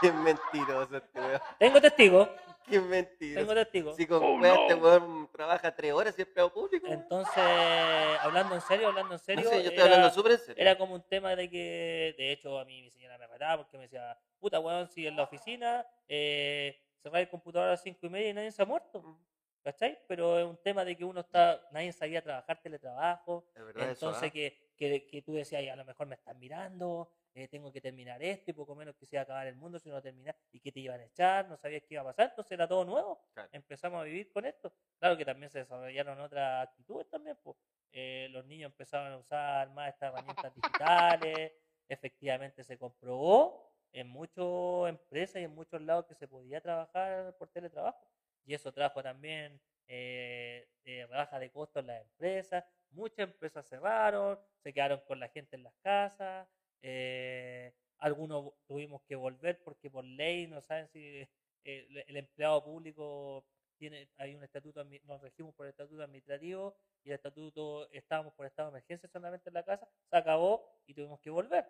Speaker 2: Qué mentiroso este weón.
Speaker 1: Tengo testigos,
Speaker 2: Qué mentiroso.
Speaker 1: tengo testigos.
Speaker 2: Si con weá este weón trabaja tres horas y es empleado público. weón.
Speaker 1: Entonces, hablando en serio, hablando en
Speaker 2: No
Speaker 1: serio,
Speaker 2: sé, yo
Speaker 1: era,
Speaker 2: estoy hablando súper en serio.
Speaker 1: era como un tema de que, de hecho, a mí mi señora me mataba porque me decía, puta, weón, si en la oficina eh, cerrar el computador a las cinco y media y nadie se ha muerto.
Speaker 2: Mm,
Speaker 1: ¿cachai? Pero es un tema de que uno está, nadie sabía trabajar teletrabajo,
Speaker 2: Es verdad eso,
Speaker 1: entonces
Speaker 2: ¿ah?
Speaker 1: que, que, que tú decías, "Ay, a lo mejor me están mirando, eh, tengo que terminar esto y poco menos que se iba a acabar el mundo si no terminas y que te iban a echar, no sabías qué iba a pasar, entonces era todo nuevo.
Speaker 2: Claro.
Speaker 1: Empezamos a vivir con esto. Claro que también se desarrollaron otras actitudes también, pues. Eh, los niños empezaron a usar más estas herramientas digitales, efectivamente se comprobó en muchas empresas y en muchos lados que se podía trabajar por teletrabajo. Y eso trajo también eh, eh, rebaja de costos en las empresas. Muchas empresas cerraron, se quedaron con la gente en las casas. eh, algunos vo- tuvimos que volver porque por ley no saben si eh, el, el empleado público tiene, hay un estatuto, admi- nos regimos por el estatuto administrativo y el estatuto estábamos por estado de emergencia solamente en la casa, se acabó y tuvimos que volver.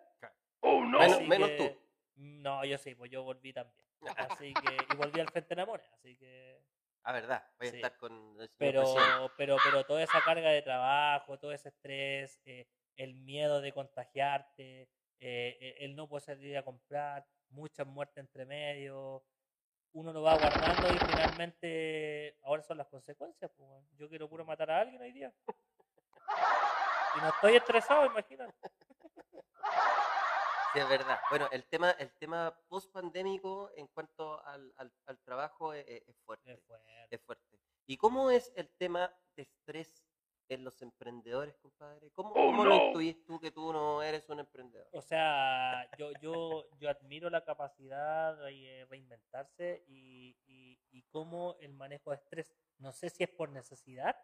Speaker 2: Menos,
Speaker 1: Así
Speaker 2: menos
Speaker 1: que-
Speaker 2: tú.
Speaker 1: No, yo sí, pues yo volví también. Así que, y volví al Frente Namora, así que.
Speaker 2: A Ah, verdad, voy a
Speaker 1: Sí.
Speaker 2: estar con el señor
Speaker 1: Pero,
Speaker 2: presidente.
Speaker 1: pero, pero toda esa carga de trabajo, todo ese estrés, eh, el miedo de contagiarte, eh, eh, el no poder salir a comprar, muchas muertes entre medio, uno lo va guardando y finalmente ahora son las consecuencias. pues, weón. Yo quiero puro matar a alguien hoy día. Y no estoy estresado, imagínate.
Speaker 2: Sí, es verdad. Bueno, el tema, el tema post pandémico en cuanto al, al- al trabajo es, es- es fuerte.
Speaker 1: Es fuerte.
Speaker 2: Es fuerte. ¿Y cómo es el tema de estrés en los emprendedores, compadre? ¿Cómo, cómo lo intuís tú que tú no eres un emprendedor?
Speaker 1: O sea, yo, yo, yo admiro la capacidad de eh, reinventarse y, y, y cómo el manejo de estrés. No sé si es por necesidad,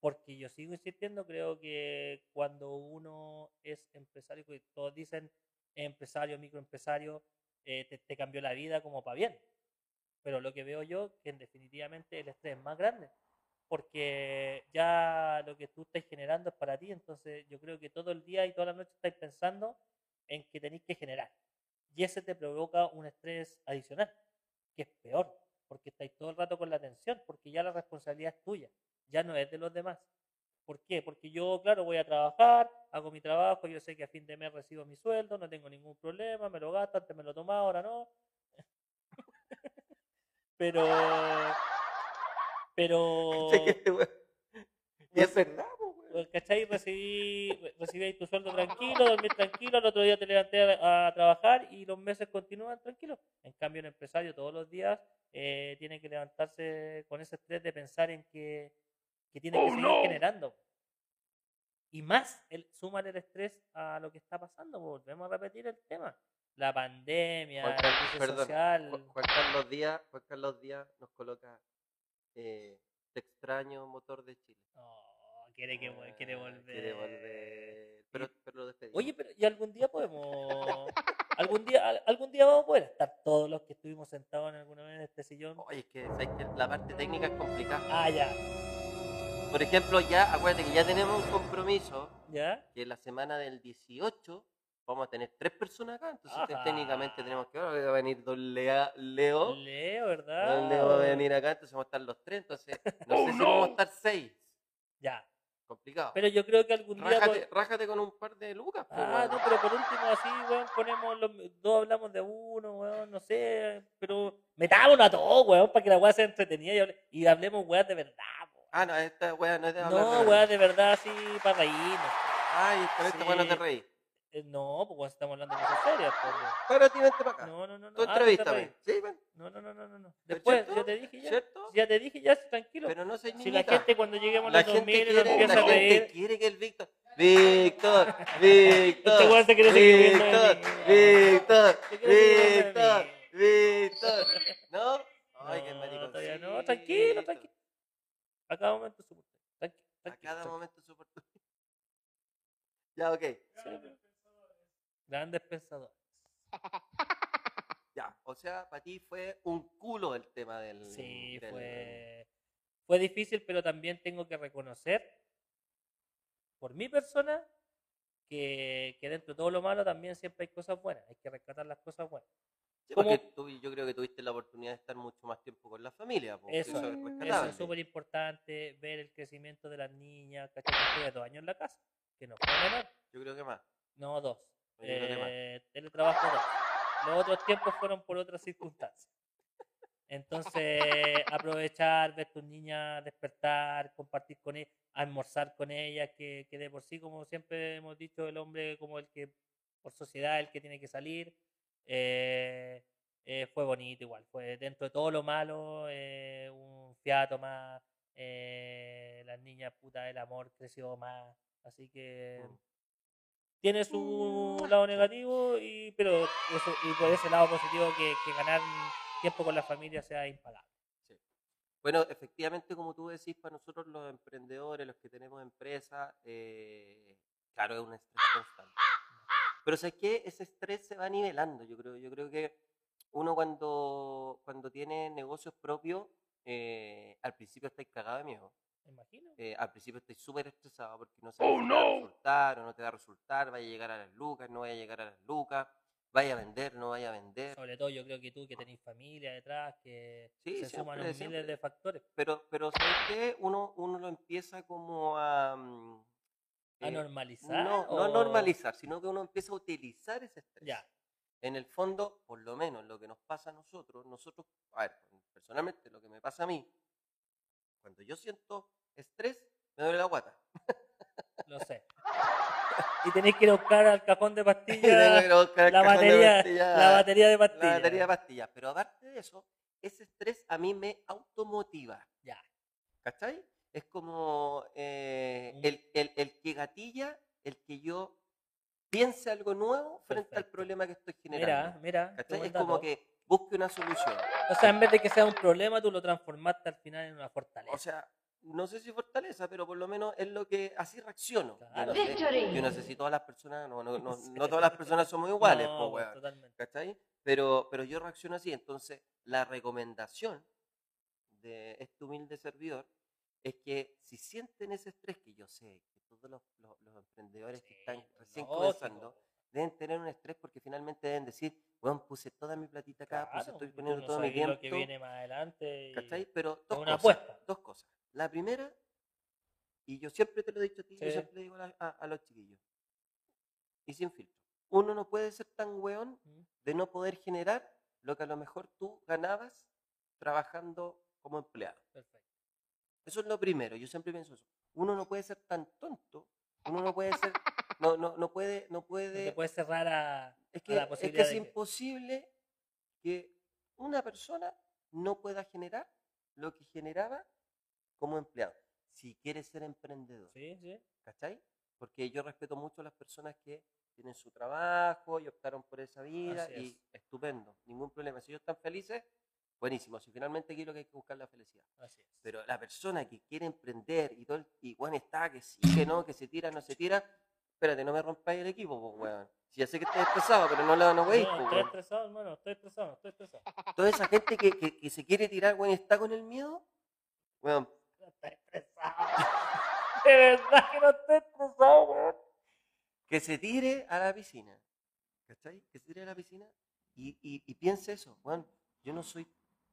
Speaker 1: porque yo sigo insistiendo, creo que cuando uno es empresario, que todos dicen empresario, microempresario, eh, te, te cambió la vida como para bien. Pero lo que veo yo, que en definitivamente el estrés es más grande, porque ya lo que tú estás generando es para ti, entonces yo creo que todo el día y toda la noche estás pensando en que tenéis que generar. Y ese te provoca un estrés adicional, que es peor, porque estáis todo el rato con la tensión, porque ya la responsabilidad es tuya, ya no es de los demás. ¿Por qué? Porque yo, claro, voy a trabajar, hago mi trabajo, yo sé que a fin de mes recibo mi sueldo, no tengo ningún problema, me lo gasto, antes me lo tomaba, ahora no. pero... Pero...
Speaker 2: Sí, que este weón- Y es verdad, po, weón.
Speaker 1: Pues, ¿Cachai? Recibí, re- recibí ahí tu sueldo tranquilo, dormí tranquilo, al otro día te levanté a, a trabajar y los meses continúan tranquilos. En cambio, el empresario todos los días eh, tiene que levantarse con ese estrés de pensar en que, que tiene
Speaker 2: Oh,
Speaker 1: que seguir generando. Y más, el, sumar el estrés a lo que está pasando. pues, Volvemos a repetir el tema. La pandemia,
Speaker 2: Juan
Speaker 1: la
Speaker 2: Carlos-
Speaker 1: crisis
Speaker 2: perdón,
Speaker 1: social.
Speaker 2: Ju- Juan Carlos Díaz, Juan Carlos Díaz nos coloca eh, Te extraño motor de Chile.
Speaker 1: No, Oh, quiere, que, vu- quiere
Speaker 2: Ah,
Speaker 1: volver.
Speaker 2: Quiere volver. Pero, pero lo despedimos.
Speaker 1: Oye, pero y algún día podemos. algún día, al- algún día vamos a poder estar todos los que estuvimos sentados en alguna vez en este sillón.
Speaker 2: Oye, es que, ¿sabes que la parte técnica es complicada.
Speaker 1: Ah, ya.
Speaker 2: Por ejemplo, ya, acuérdate que ya tenemos un compromiso
Speaker 1: ¿Ya?
Speaker 2: que la semana del 18 vamos a tener tres personas acá. Entonces, te-
Speaker 1: Ajá.
Speaker 2: técnicamente tenemos que. Ahora va a venir don Lea- Leo.
Speaker 1: Leo, ¿verdad?
Speaker 2: Don Leo va a venir acá, entonces vamos a estar los tres. Entonces, no
Speaker 1: ¡Oh,
Speaker 2: sé si vamos a estar seis.
Speaker 1: Ya.
Speaker 2: Complicado.
Speaker 1: Pero yo creo que algún día.
Speaker 2: Rájate,
Speaker 1: pod-
Speaker 2: rájate con un par de lucas, pues, po,
Speaker 1: Ah,
Speaker 2: weón.
Speaker 1: no, pero por último, así, weón, ponemos los. Dos hablamos de uno, weón, no sé. Pero metámonos a todos, weón, para que la weá sea entretenida y, hable- y hablemos weas de verdad, weón.
Speaker 2: Ah, no, esta weá no es de hablar de
Speaker 1: No,
Speaker 2: verdad.
Speaker 1: weas de verdad, así, para reírnos.
Speaker 2: Ay, con esta weá no te
Speaker 1: Sí.
Speaker 2: reí.
Speaker 1: Eh, No, pues weón, estamos hablando de cosas serias, pues, weón.
Speaker 2: Párate y vente para acá.
Speaker 1: No, no, no, no.
Speaker 2: Tú
Speaker 1: Ah, no te
Speaker 2: entrevístame.
Speaker 1: reí.
Speaker 2: Sí, ven.
Speaker 1: No, no, no, no, no, no.
Speaker 2: ¿Pero
Speaker 1: Después,
Speaker 2: cierto?
Speaker 1: yo te dije ya.
Speaker 2: ¿Cierto?
Speaker 1: Ya te dije ya, sí, tranquilo.
Speaker 2: Pero no soy
Speaker 1: si la
Speaker 2: niñita.
Speaker 1: gente cuando lleguemos
Speaker 2: La
Speaker 1: a los 2000
Speaker 2: gente
Speaker 1: nos
Speaker 2: quiere,
Speaker 1: empieza
Speaker 2: la
Speaker 1: a
Speaker 2: gente
Speaker 1: reír,
Speaker 2: quiere que el Víctor. Víctor, Víctor.
Speaker 1: Este weón se quiere seguir viendo de
Speaker 2: Víctor,
Speaker 1: mí.
Speaker 2: Víctor,
Speaker 1: Se quiere seguir viendo de
Speaker 2: Víctor, Víctor. ¿No? Ay, qué
Speaker 1: No,
Speaker 2: maricón.
Speaker 1: todavía no, tranquilo, tranquilo. a cada momento su tranquilo,
Speaker 2: A
Speaker 1: tranquilo,
Speaker 2: cada
Speaker 1: tranquilo.
Speaker 2: momento su oportunidad. Ya, ok.
Speaker 1: Siempre. Grandes pensadores.
Speaker 2: Ya, o sea, para ti fue un culo el tema del.
Speaker 1: Sí,
Speaker 2: del-
Speaker 1: fue, fue difícil, pero también tengo que reconocer por mi persona que, que dentro de todo lo malo también siempre hay cosas buenas. Hay que rescatar las cosas buenas.
Speaker 2: Sí, porque
Speaker 1: ¿Cómo?
Speaker 2: tú- yo creo que tuviste la oportunidad de estar mucho más tiempo con la familia. porque
Speaker 1: Eso,
Speaker 2: es
Speaker 1: eso
Speaker 2: rescatable.
Speaker 1: es súper importante, ver el crecimiento de las niñas, ¿cachai? Yo Estuve dos años en la casa, que no fue menor,
Speaker 2: Yo creo que más.
Speaker 1: no dos.
Speaker 2: Yo creo que más.
Speaker 1: Eh, teletrabajo dos. Los otros tiempos fueron por otras circunstancias. Entonces, aprovechar, ver tus niñas despertar, compartir con e-, ellas, almorzar con ellas, que, que de por sí, como siempre hemos dicho, el hombre como el que por sociedad el que tiene que salir. Eh, eh, fue bonito igual, fue dentro de todo lo malo, eh, un fiato más, eh, las niñas puta del amor creció más, así que
Speaker 2: Mm.
Speaker 1: tiene su lado negativo, y pero eso- y por ese lado positivo que, que ganar tiempo con la familia sea impagable.
Speaker 2: Bueno, efectivamente, como tú decís, para nosotros los emprendedores, los que tenemos empresas, eh, claro, es un estrés constante. Pero ¿sabes qué? Ese estrés se va nivelando, yo creo. Yo creo que uno cuando, cuando tiene negocios propios, eh, al principio estáis cagado de miedo.
Speaker 1: Me imagino.
Speaker 2: Eh, al principio estáis súper estresado porque no sabes si te va a
Speaker 1: Oh,
Speaker 2: resultar o no te va a resultar, vaya a llegar a las lucas, no vaya a llegar a las lucas, vaya a vender, no vaya a vender.
Speaker 1: Sobre todo yo creo que tú que tenés familia detrás, que
Speaker 2: Sí,
Speaker 1: se suman
Speaker 2: siempre,
Speaker 1: un miles
Speaker 2: siempre.
Speaker 1: de factores.
Speaker 2: pero, pero ¿sabes qué? Uno, uno lo empieza como a... mm,
Speaker 1: ¿A
Speaker 2: eh,
Speaker 1: normalizar?
Speaker 2: no, no a
Speaker 1: o-
Speaker 2: normalizar, sino que uno empieza a utilizar ese estrés.
Speaker 1: Ya,
Speaker 2: En el fondo, por lo menos lo que nos pasa a nosotros, nosotros, a ver, personalmente lo que me pasa a mí, cuando yo siento estrés, me duele la guata.
Speaker 1: lo sé. y tenéis que ir a buscar al cajón de
Speaker 2: Tengo que
Speaker 1: pastillas
Speaker 2: ir a buscar el
Speaker 1: la
Speaker 2: cajón de
Speaker 1: batería,
Speaker 2: pastillas,
Speaker 1: la batería de
Speaker 2: la
Speaker 1: pastillas.
Speaker 2: batería de pastillas. Pero aparte de eso, ese estrés a mí me automotiva.
Speaker 1: Ya.
Speaker 2: ¿Cachai? Es como eh,
Speaker 1: Un-
Speaker 2: el, el- el que gatilla, el que yo piense algo nuevo frente al
Speaker 1: Perfecto.
Speaker 2: problema que estoy generando.
Speaker 1: Mira, mira. qué
Speaker 2: ¿Cachai?
Speaker 1: buen
Speaker 2: Es como
Speaker 1: dato.
Speaker 2: que busque una solución.
Speaker 1: O sea, en vez de que sea un problema, tú lo transformaste al final en una fortaleza.
Speaker 2: O sea, no sé si fortaleza, pero por lo menos es lo que así reacciono. Yo
Speaker 1: Claro.
Speaker 2: no sé,
Speaker 3: Victory.
Speaker 2: yo no sé si todas las personas, no, no, no,
Speaker 1: Sí.
Speaker 2: no todas las personas somos iguales,
Speaker 1: No,
Speaker 2: po,
Speaker 1: pues,
Speaker 2: weón.
Speaker 1: totalmente.
Speaker 2: ¿cachai? Pero, pero yo reacciono así. Entonces, la recomendación de este humilde servidor es que si sienten ese estrés, que yo sé que todos los, los- los emprendedores que
Speaker 1: Sí,
Speaker 2: están
Speaker 1: pues,
Speaker 2: recién
Speaker 1: lógico.
Speaker 2: comenzando deben tener un estrés porque finalmente deben decir, bueno, puse toda mi platita acá, puse,
Speaker 1: Claro, pues,
Speaker 2: estoy
Speaker 1: tú
Speaker 2: poniendo
Speaker 1: no
Speaker 2: todo mi
Speaker 1: sabes lo que
Speaker 2: tiempo,
Speaker 1: viene más adelante. y-
Speaker 2: ¿cachai? Pero
Speaker 1: Es
Speaker 2: dos
Speaker 1: una
Speaker 2: cosas,
Speaker 1: apuesta.
Speaker 2: dos cosas. La primera, y yo siempre te lo he dicho a ti, yo
Speaker 1: Sí.
Speaker 2: siempre le digo a, la- a- a los chiquillos, y sin filtro, uno no puede ser tan weón
Speaker 1: Mm.
Speaker 2: de no poder generar lo que a lo mejor tú ganabas trabajando como empleado.
Speaker 1: Perfecto.
Speaker 2: Eso es lo primero, yo siempre pienso eso. Uno no puede ser tan tonto, uno no puede ser, no, no, no puede, no
Speaker 1: No
Speaker 2: puede,
Speaker 1: te puedes cerrar a.
Speaker 2: es
Speaker 1: la
Speaker 2: que, es que
Speaker 1: posibilidad
Speaker 2: es
Speaker 1: de que-
Speaker 2: imposible que una persona no pueda generar lo que generaba como empleado, si quiere ser emprendedor.
Speaker 1: Sí, sí.
Speaker 2: ¿cachai? Porque yo respeto mucho a las personas que tienen su trabajo y optaron por esa vida
Speaker 1: Así
Speaker 2: y estupendo, ningún problema. Si ellos están felices, buenísimo. Si finalmente aquí lo que hay que buscar es la felicidad.
Speaker 1: Así es.
Speaker 2: Pero la persona que quiere emprender y todo el, y bueno, está, que sí, que no, que se tira, no se tira, espérate, no me rompáis el equipo, pues, weón. Si ya sé que estás estresado, pero no la no weís,
Speaker 1: No,
Speaker 2: po,
Speaker 1: estoy
Speaker 2: pues, weón.
Speaker 1: estresado, hermano, estoy estresado, estoy estresado.
Speaker 2: Toda esa gente que, que- que se quiere tirar, weón, y está con el miedo, weón,
Speaker 1: Estoy estresado. De verdad que no estoy estresado, weón.
Speaker 2: que se tire a la piscina. ¿Cachai? Que se tire a la piscina y, y, y piense eso. Bueno, yo no soy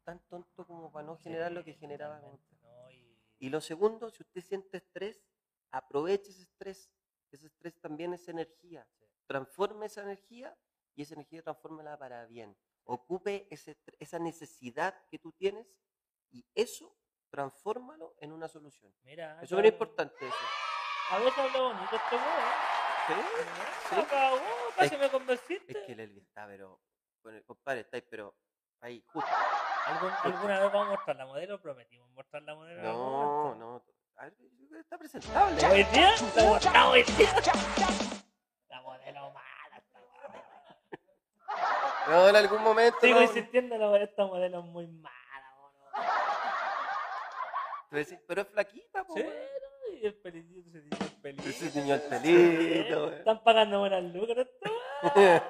Speaker 2: tan tonto como para no generar lo que
Speaker 1: Sí,
Speaker 2: generaba. como
Speaker 1: totalmente,
Speaker 2: empleado.
Speaker 1: no, y-
Speaker 2: Y lo segundo, si usted siente estrés, aproveche ese estrés. Ese estrés también es energía. Transforme esa energía y esa energía transfórmela para bien. Ocupe ese tr- esa necesidad que tú tienes y eso transfórmalo en una solución.
Speaker 1: Mira,
Speaker 2: Es
Speaker 1: acá-
Speaker 2: súper importante eso.
Speaker 1: A veces habla bonito este weón.
Speaker 2: ¿Sí? Sí.
Speaker 1: Acá, weón, casi
Speaker 2: Es-
Speaker 1: me convenciste.
Speaker 2: Es que el Elvis está, pero. Bueno, compadre, estáis, pero. Ahí, justo.
Speaker 1: ¿Algún- alguna vez vamos a mostrar la modelo, prometimos mostrar la modelo. en algún
Speaker 2: No,
Speaker 1: momento.
Speaker 2: no. A ver, yo creo que está presentable.
Speaker 1: Hoy día, la mostramos hoy día. La modelo mala, esta weón.
Speaker 2: No, en algún momento.
Speaker 1: Sigo
Speaker 2: no,
Speaker 1: insistiendo, la modelo, esta modelo es muy mala, weón.
Speaker 2: Tú decís, pero es flaquita, po.
Speaker 1: Sí,
Speaker 2: weón.
Speaker 1: no, y el pelito se dice el pelito.
Speaker 2: Ese niño al pelito, weón.
Speaker 1: Están pagando buenas lucas, esta weón.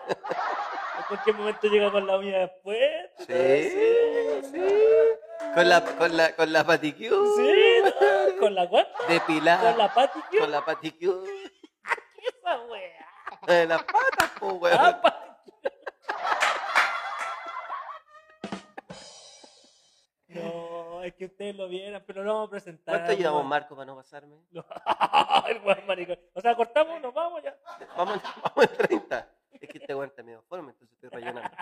Speaker 1: En cualquier momento llega con la mía después.
Speaker 2: Sí, sí. Con la, con la, con la patiquiú.
Speaker 1: Sí, no, con la cuarta,
Speaker 2: Depilada.
Speaker 1: con la pati, ¿qué
Speaker 2: Con la patiquiú.
Speaker 1: esa wea?
Speaker 2: De las patas, Eh, po, weón.
Speaker 1: Ah, pa- No, es que ustedes lo vieran, pero lo vamos a presentar.
Speaker 2: ¿Cuánto llevamos,
Speaker 1: weón.
Speaker 2: Marco, para no pasarme?
Speaker 1: No, el weón maricón. O sea, cortamos, nos vamos ya.
Speaker 2: Vamos, vamos en 30. Es que este weón está medio forma, entonces estoy rellenando.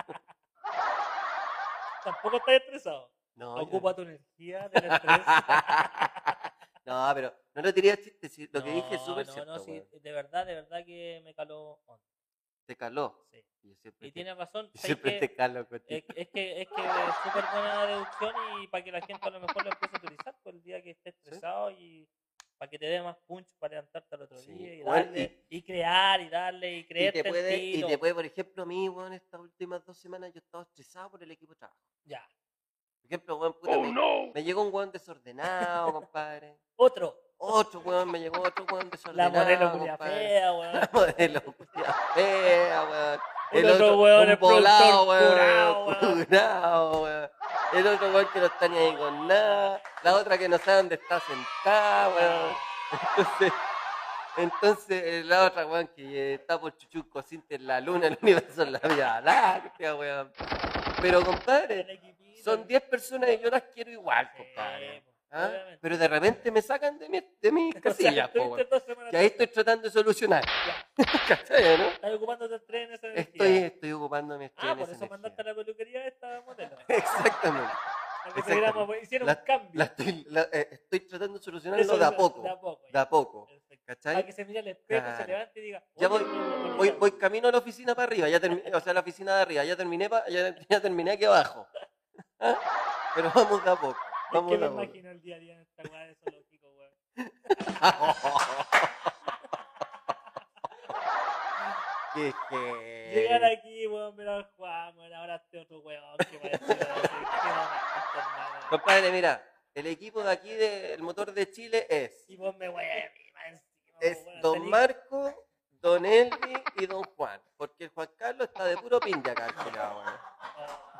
Speaker 1: Tampoco estás estresado.
Speaker 2: No, yo-
Speaker 1: Ocupa tu energía del estrés.
Speaker 2: no, pero no lo tiré a chiste, si lo que dije es
Speaker 1: No,
Speaker 2: súper
Speaker 1: no,
Speaker 2: cierto.
Speaker 1: no, sí,
Speaker 2: weón.
Speaker 1: de verdad, de verdad que me caló. hondo.
Speaker 2: Te caló.
Speaker 1: Sí.
Speaker 2: Y yo siempre,
Speaker 1: Y
Speaker 2: te,
Speaker 1: tienes razón.
Speaker 2: yo
Speaker 1: ¿sabes
Speaker 2: siempre
Speaker 1: qué?
Speaker 2: te calo contigo.
Speaker 1: Es, es que es que es súper buena deducción y para que la gente a lo mejor lo empiece a utilizar por el día que esté estresado y para que te dé más punch para levantarte al otro
Speaker 2: Sí.
Speaker 1: día y
Speaker 2: Bueno,
Speaker 1: darle y, crear y darle y
Speaker 2: Y
Speaker 1: creerte
Speaker 2: te,
Speaker 1: el
Speaker 2: puede, y
Speaker 1: tiro.
Speaker 2: te puede, por ejemplo, a mí, weón, estas últimas dos semanas yo he estado estresado por el equipo de trabajo.
Speaker 1: Ya.
Speaker 2: Por ejemplo, weón, puta, me, me llegó un weón desordenado, compadre.
Speaker 1: Otro.
Speaker 2: Otro weón, me llegó otro weón
Speaker 1: La
Speaker 2: desordenado.
Speaker 1: modelo culia
Speaker 2: compadre.
Speaker 1: fea, weón.
Speaker 2: La modelo culia fea, weón.
Speaker 1: El otro weón,
Speaker 2: un
Speaker 1: el productor
Speaker 2: volado,
Speaker 1: curado, weón.
Speaker 2: curado, weón. El otro weón que no está ni ahí con nada. La otra que no sabe dónde está sentada, weón. Entonces, entonces eh, la otra, weón, que eh, está por chuchuco, cinte en la luna, el universo, en la vía láctea, weón. Pero,
Speaker 1: El
Speaker 2: compadre,
Speaker 1: equipito.
Speaker 2: son 10 personas y yo las quiero igual,
Speaker 1: Sí,
Speaker 2: compadre.
Speaker 1: pues,
Speaker 2: ¿Ah?
Speaker 1: obviamente.
Speaker 2: Pero de repente me sacan de, mi, de mis
Speaker 1: O sea,
Speaker 2: casillas, po,
Speaker 1: estuviste
Speaker 2: weón.
Speaker 1: dos semanas
Speaker 2: Que ahí estoy tratando de solucionar.
Speaker 1: Ya.
Speaker 2: ¿Cachai, no?
Speaker 1: Estás ocupando el tren en esa energía.
Speaker 2: Estoy, estoy ocupando mi estrella
Speaker 1: Ah,
Speaker 2: en
Speaker 1: por
Speaker 2: esa
Speaker 1: eso
Speaker 2: energía.
Speaker 1: mandaste a la peluquería a esta modelo.
Speaker 2: Exactamente.
Speaker 1: Para que se
Speaker 2: Exactamente.
Speaker 1: viéramos, pues, hicieron un cambio.
Speaker 2: La estoy, la- eh, estoy tratando de solucionarlo
Speaker 1: Eso
Speaker 2: de a
Speaker 1: es-
Speaker 2: poco.
Speaker 1: De a poco.
Speaker 2: De
Speaker 1: ya.
Speaker 2: a poco.
Speaker 1: Perfecto. Para
Speaker 2: ¿Cachai?
Speaker 1: que se mire al espejo, se
Speaker 2: Claro.
Speaker 1: levante y diga.
Speaker 2: Ya
Speaker 1: "Oye,
Speaker 2: voy-
Speaker 1: qué bonita
Speaker 2: Voy,
Speaker 1: soy".
Speaker 2: voy camino a la oficina para arriba, ya terminé, o sea, la oficina de arriba, ya terminé, pa- ya, ya terminé aquí abajo. ¿Ah? Pero vamos de a poco.
Speaker 1: Es
Speaker 2: Vamos
Speaker 1: que
Speaker 2: de
Speaker 1: me
Speaker 2: a poco.
Speaker 1: imagino el día a día en esta weá de zoológico, weón.
Speaker 2: Qué
Speaker 1: Llegar
Speaker 2: heavy.
Speaker 1: aquí, weón, ver al Juan, weón, ahora este otro weón que parece. weón, así, qué momento, hermano.
Speaker 2: Compadre, mira, el equipo de aquí del motor de Chile es,
Speaker 1: Y vos me weas encima, encima,
Speaker 2: es
Speaker 1: weón,
Speaker 2: Don
Speaker 1: salí-
Speaker 2: Marco, Don Elvi y Don Juan. Porque el Juan Carlos está de puro pinta acá, el culiao, weón.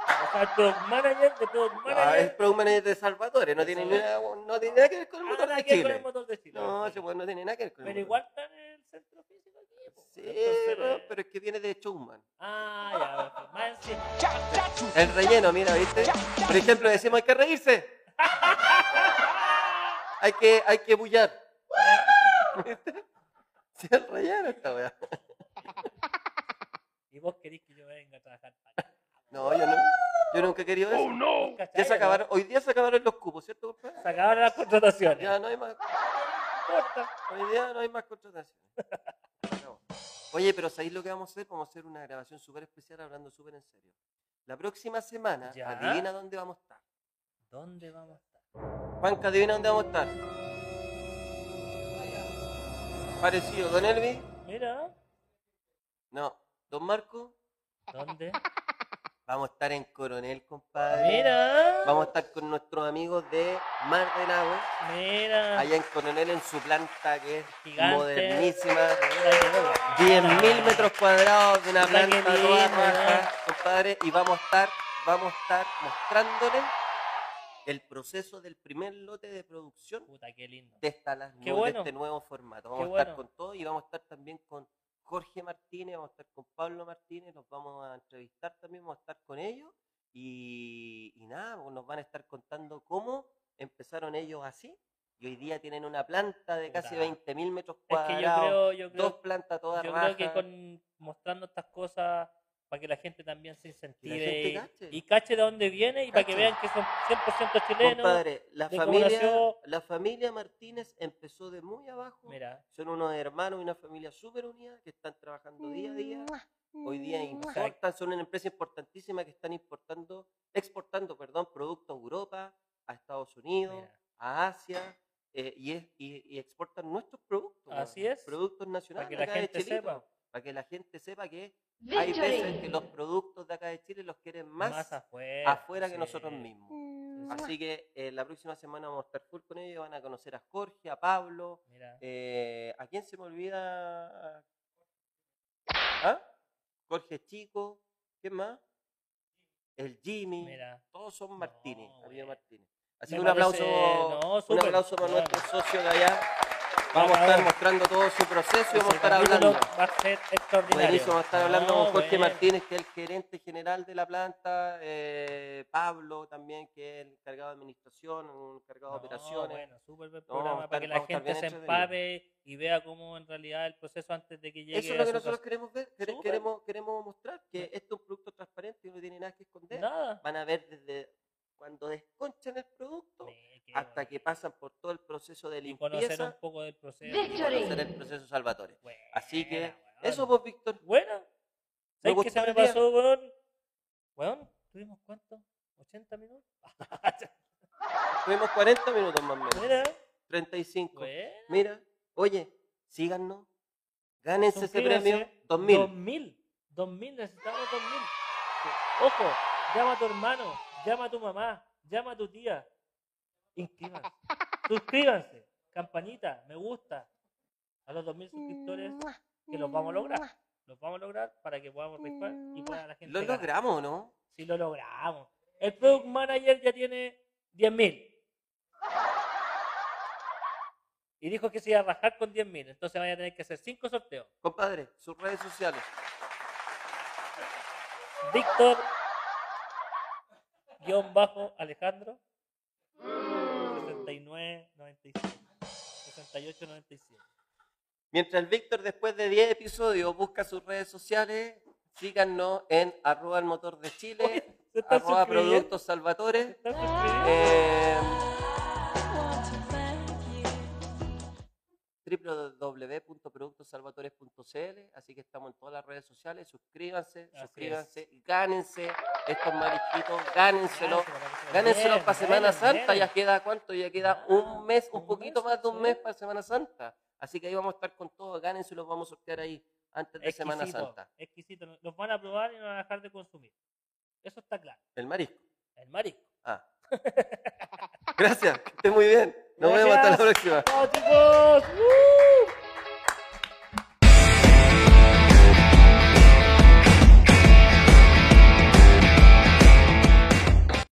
Speaker 1: O sea, product manager de product
Speaker 2: Ah, es
Speaker 1: manager. Ah,
Speaker 2: Product Manager de Salvatore, no tiene,
Speaker 1: Sí.
Speaker 2: nada, no tiene nada que ver con el motor
Speaker 1: ahora
Speaker 2: de
Speaker 1: que con el
Speaker 2: Chile.
Speaker 1: motor de Chile.
Speaker 2: No, ese
Speaker 1: perfecto.
Speaker 2: weón no tiene nada que ver con el
Speaker 1: Pero
Speaker 2: motor.
Speaker 1: igual está en el centro físico aquí, po.
Speaker 2: Sí,
Speaker 1: Entonces,
Speaker 2: weón,
Speaker 1: eh,
Speaker 2: pero es que viene de Showman.
Speaker 1: Ah, ya, perfecto. más encima.
Speaker 2: El relleno, mira, ¿viste? Por ejemplo, decimos, hay que reírse. Hay que, hay que bullar. ¿Viste? Sí, el relleno esta weá.
Speaker 1: Y vos querés que yo venga a trabajar para acá.
Speaker 2: No, yo no. Yo nunca he querido eso.
Speaker 1: ¿Cachai,
Speaker 2: Ya se
Speaker 1: Oh, no?
Speaker 2: acabaron, hoy día se acabaron los cupos, ¿cierto, compadre?
Speaker 1: Se acabaron las contrataciones.
Speaker 2: Ya no hay más,
Speaker 1: Corta.
Speaker 2: hoy día no hay más contrataciones. Se acabó. Oye, pero ¿sabéis lo que vamos a hacer? Vamos a hacer una grabación súper especial hablando súper en serio. La próxima semana,
Speaker 1: Ya.
Speaker 2: adivina dónde vamos a estar.
Speaker 1: ¿Dónde vamos a estar?
Speaker 2: Juanca, adivina dónde vamos a estar. Parecido, Don Elvi.
Speaker 1: Mira,
Speaker 2: No, Don Marco.
Speaker 1: ¿dónde?
Speaker 2: Vamos a estar en Coronel, compadre.
Speaker 1: Mira,
Speaker 2: Vamos a estar con nuestros amigos de Mar del Agua.
Speaker 1: mira.
Speaker 2: Allá en Coronel, en su planta que es
Speaker 1: Gigante.
Speaker 2: modernísima.
Speaker 1: Mira qué buena.
Speaker 2: 10.000 metros cuadrados de una
Speaker 1: Mira qué
Speaker 2: planta
Speaker 1: lindo,
Speaker 2: toda
Speaker 1: ¿no?
Speaker 2: roja, compadre. Y vamos a estar, vamos a estar mostrándoles el proceso del primer lote de producción
Speaker 1: Puta, qué lindo.
Speaker 2: de, esta, las
Speaker 1: Qué
Speaker 2: nue- de
Speaker 1: bueno.
Speaker 2: este nuevo formato. Vamos
Speaker 1: Qué
Speaker 2: a
Speaker 1: bueno.
Speaker 2: estar con todo y vamos a estar también con Jorge Martínez, vamos a estar con Pablo Martínez, nos vamos a entrevistar también, vamos a estar con ellos y, y nada, pues nos van a estar contando cómo empezaron ellos así y hoy día tienen una planta de casi
Speaker 1: Puta.
Speaker 2: 20.000 metros
Speaker 1: Es que yo
Speaker 2: cuadrados,
Speaker 1: creo, yo creo,
Speaker 2: dos plantas todas
Speaker 1: yo
Speaker 2: rajas.
Speaker 1: creo que con mostrando estas cosas para que la gente también se incentive
Speaker 2: gente
Speaker 1: y,
Speaker 2: cache.
Speaker 1: y cache de dónde viene y para que
Speaker 2: Cache.
Speaker 1: vean que son 100% chilenos.
Speaker 2: Compadre, la
Speaker 1: de
Speaker 2: familia,
Speaker 1: comunicación.
Speaker 2: la familia Martínez empezó de muy abajo.
Speaker 1: Mira,
Speaker 2: Son unos hermanos y una familia súper unida que están trabajando día a día. Hoy día importan, son una empresa importantísima que están importando, exportando perdón, productos a Europa, a Estados Unidos,
Speaker 1: mira.
Speaker 2: a Asia, eh, y, es- y- y exportan nuestros productos.
Speaker 1: Así
Speaker 2: weón,
Speaker 1: es.
Speaker 2: Productos
Speaker 1: Para
Speaker 2: nacionales.
Speaker 1: que
Speaker 2: de
Speaker 1: la
Speaker 2: acá de
Speaker 1: gente
Speaker 2: Chilito,
Speaker 1: sepa
Speaker 2: Para que la gente sepa que hay veces que los productos de acá de Chile los quieren
Speaker 1: más,
Speaker 2: más,
Speaker 1: afuera,
Speaker 2: afuera que
Speaker 1: sí.
Speaker 2: nosotros mismos.
Speaker 1: Mua.
Speaker 2: Así que eh, la próxima semana vamos a estar full con ellos, van a conocer a Jorge, a Pablo,
Speaker 1: Mira,
Speaker 2: eh, ¿a quién se me olvida? ¿Ah? Jorge Chico, ¿quién más? El Jimmy,
Speaker 1: mira.
Speaker 2: todos son
Speaker 1: No,
Speaker 2: Martínez, amigos
Speaker 1: bueno.
Speaker 2: Martínez. Así
Speaker 1: Me
Speaker 2: que un aplauso,
Speaker 1: parece- no,
Speaker 2: un
Speaker 1: súper,
Speaker 2: aplauso para
Speaker 1: bueno.
Speaker 2: nuestro socio de allá. Vamos a estar
Speaker 1: Bacán.
Speaker 2: mostrando todo su proceso y
Speaker 1: Ese
Speaker 2: vamos a estar
Speaker 1: capítulo
Speaker 2: hablando.
Speaker 1: Va a ser extraordinario.
Speaker 2: Buenísimo, vamos a estar hablando
Speaker 1: No,
Speaker 2: con Jorge
Speaker 1: bueno.
Speaker 2: Martínez, que es el gerente general de la planta, eh, Pablo también, que es el encargado de administración, un encargado de
Speaker 1: No,
Speaker 2: operaciones.
Speaker 1: Bueno, súper buen
Speaker 2: No,
Speaker 1: programa
Speaker 2: vamos a
Speaker 1: para que
Speaker 2: estar-
Speaker 1: la
Speaker 2: vamos a
Speaker 1: gente se
Speaker 2: estar bien entretenidos.
Speaker 1: empape y vea cómo en realidad el proceso antes de que llegue
Speaker 2: Eso es lo
Speaker 1: a
Speaker 2: que
Speaker 1: su
Speaker 2: nosotros queremos ver, quere-
Speaker 1: Súper.
Speaker 2: queremos, queremos mostrar, que esto es un producto transparente y no tiene nada que esconder.
Speaker 1: casa. Nada.
Speaker 2: Van a ver desde cuando desconchan el producto
Speaker 1: Sí, qué
Speaker 2: hasta
Speaker 1: bueno.
Speaker 2: que pasan por todo el proceso de
Speaker 1: y conocer un
Speaker 2: limpieza
Speaker 1: poco del proceso.
Speaker 2: y conocer el proceso salvatore. Así que,
Speaker 1: Buena,
Speaker 2: eso pues.
Speaker 1: weón.
Speaker 2: vos, Víctor.
Speaker 1: Bueno, ¿Sabes qué
Speaker 2: gustó
Speaker 1: se me
Speaker 2: el día.
Speaker 1: pasó, weón? Weón, ¿tuvimos cuánto? ¿80 minutos?
Speaker 2: Tuvimos 40 minutos más o menos.
Speaker 1: Mira,
Speaker 2: 35.
Speaker 1: weón.
Speaker 2: Mira, oye, síganos. Gánense ese
Speaker 1: Suscríbase.
Speaker 2: premio. 2000.
Speaker 1: 2000. 2000, necesitamos 2000. Ojo, llama a tu hermano, llama a tu mamá, llama a tu tía. Inscríbanse. Suscríbanse. Campanita, me gusta. A los 2000 suscriptores
Speaker 2: Mm.
Speaker 1: que los vamos a lograr. Los vamos a lograr para que podamos rifar y pueda la gente.
Speaker 2: Mm. Lo
Speaker 1: ganar.
Speaker 2: logramos, ¿no?
Speaker 1: Si lo logramos. El product manager ya tiene 10.000. Y dijo que se iba a rajar con 10.000. Entonces vaya a tener que hacer 5 sorteos.
Speaker 2: Compadre, sus redes sociales.
Speaker 1: Víctor guión bajo Alejandro 69 97 68 97
Speaker 2: Mientras Víctor, después de 10 episodios, busca sus redes sociales, síganos en arroba el motor de Chile,
Speaker 1: se están
Speaker 2: arroba
Speaker 1: suscribiendo.
Speaker 2: productos salvatore.
Speaker 1: ¿Estás suscrito?
Speaker 2: eh,
Speaker 3: want to thank you.
Speaker 2: www.productosalvatores.cl Así que estamos en todas las redes sociales. Suscríbanse,
Speaker 1: Así
Speaker 2: suscríbanse y gánense estos mariquitos,
Speaker 1: Ah, Gánenselo,
Speaker 2: gánenselo.
Speaker 1: gánenselo.
Speaker 2: Gánenselo
Speaker 1: Bien,
Speaker 2: para Semana
Speaker 1: ganen,
Speaker 2: Santa. Ya
Speaker 1: ganen.
Speaker 2: queda cuánto, ya queda un mes, un
Speaker 1: un
Speaker 2: poquito
Speaker 1: mes,
Speaker 2: más de un
Speaker 1: sí.
Speaker 2: mes para Semana Santa. Así que ahí vamos a estar con todo. Gánense y los vamos a sortear ahí antes de Semana
Speaker 1: Exquisito,
Speaker 2: Santa.
Speaker 1: Exquisito. Los van a probar y no van a dejar de consumir. Eso está claro.
Speaker 2: El marisco.
Speaker 1: El marisco.
Speaker 2: Ah. Gracias, que estés muy bien. Nos vemos hasta la
Speaker 1: Gracias.
Speaker 2: próxima.
Speaker 1: ¡Chao, chicos! ¡Woo!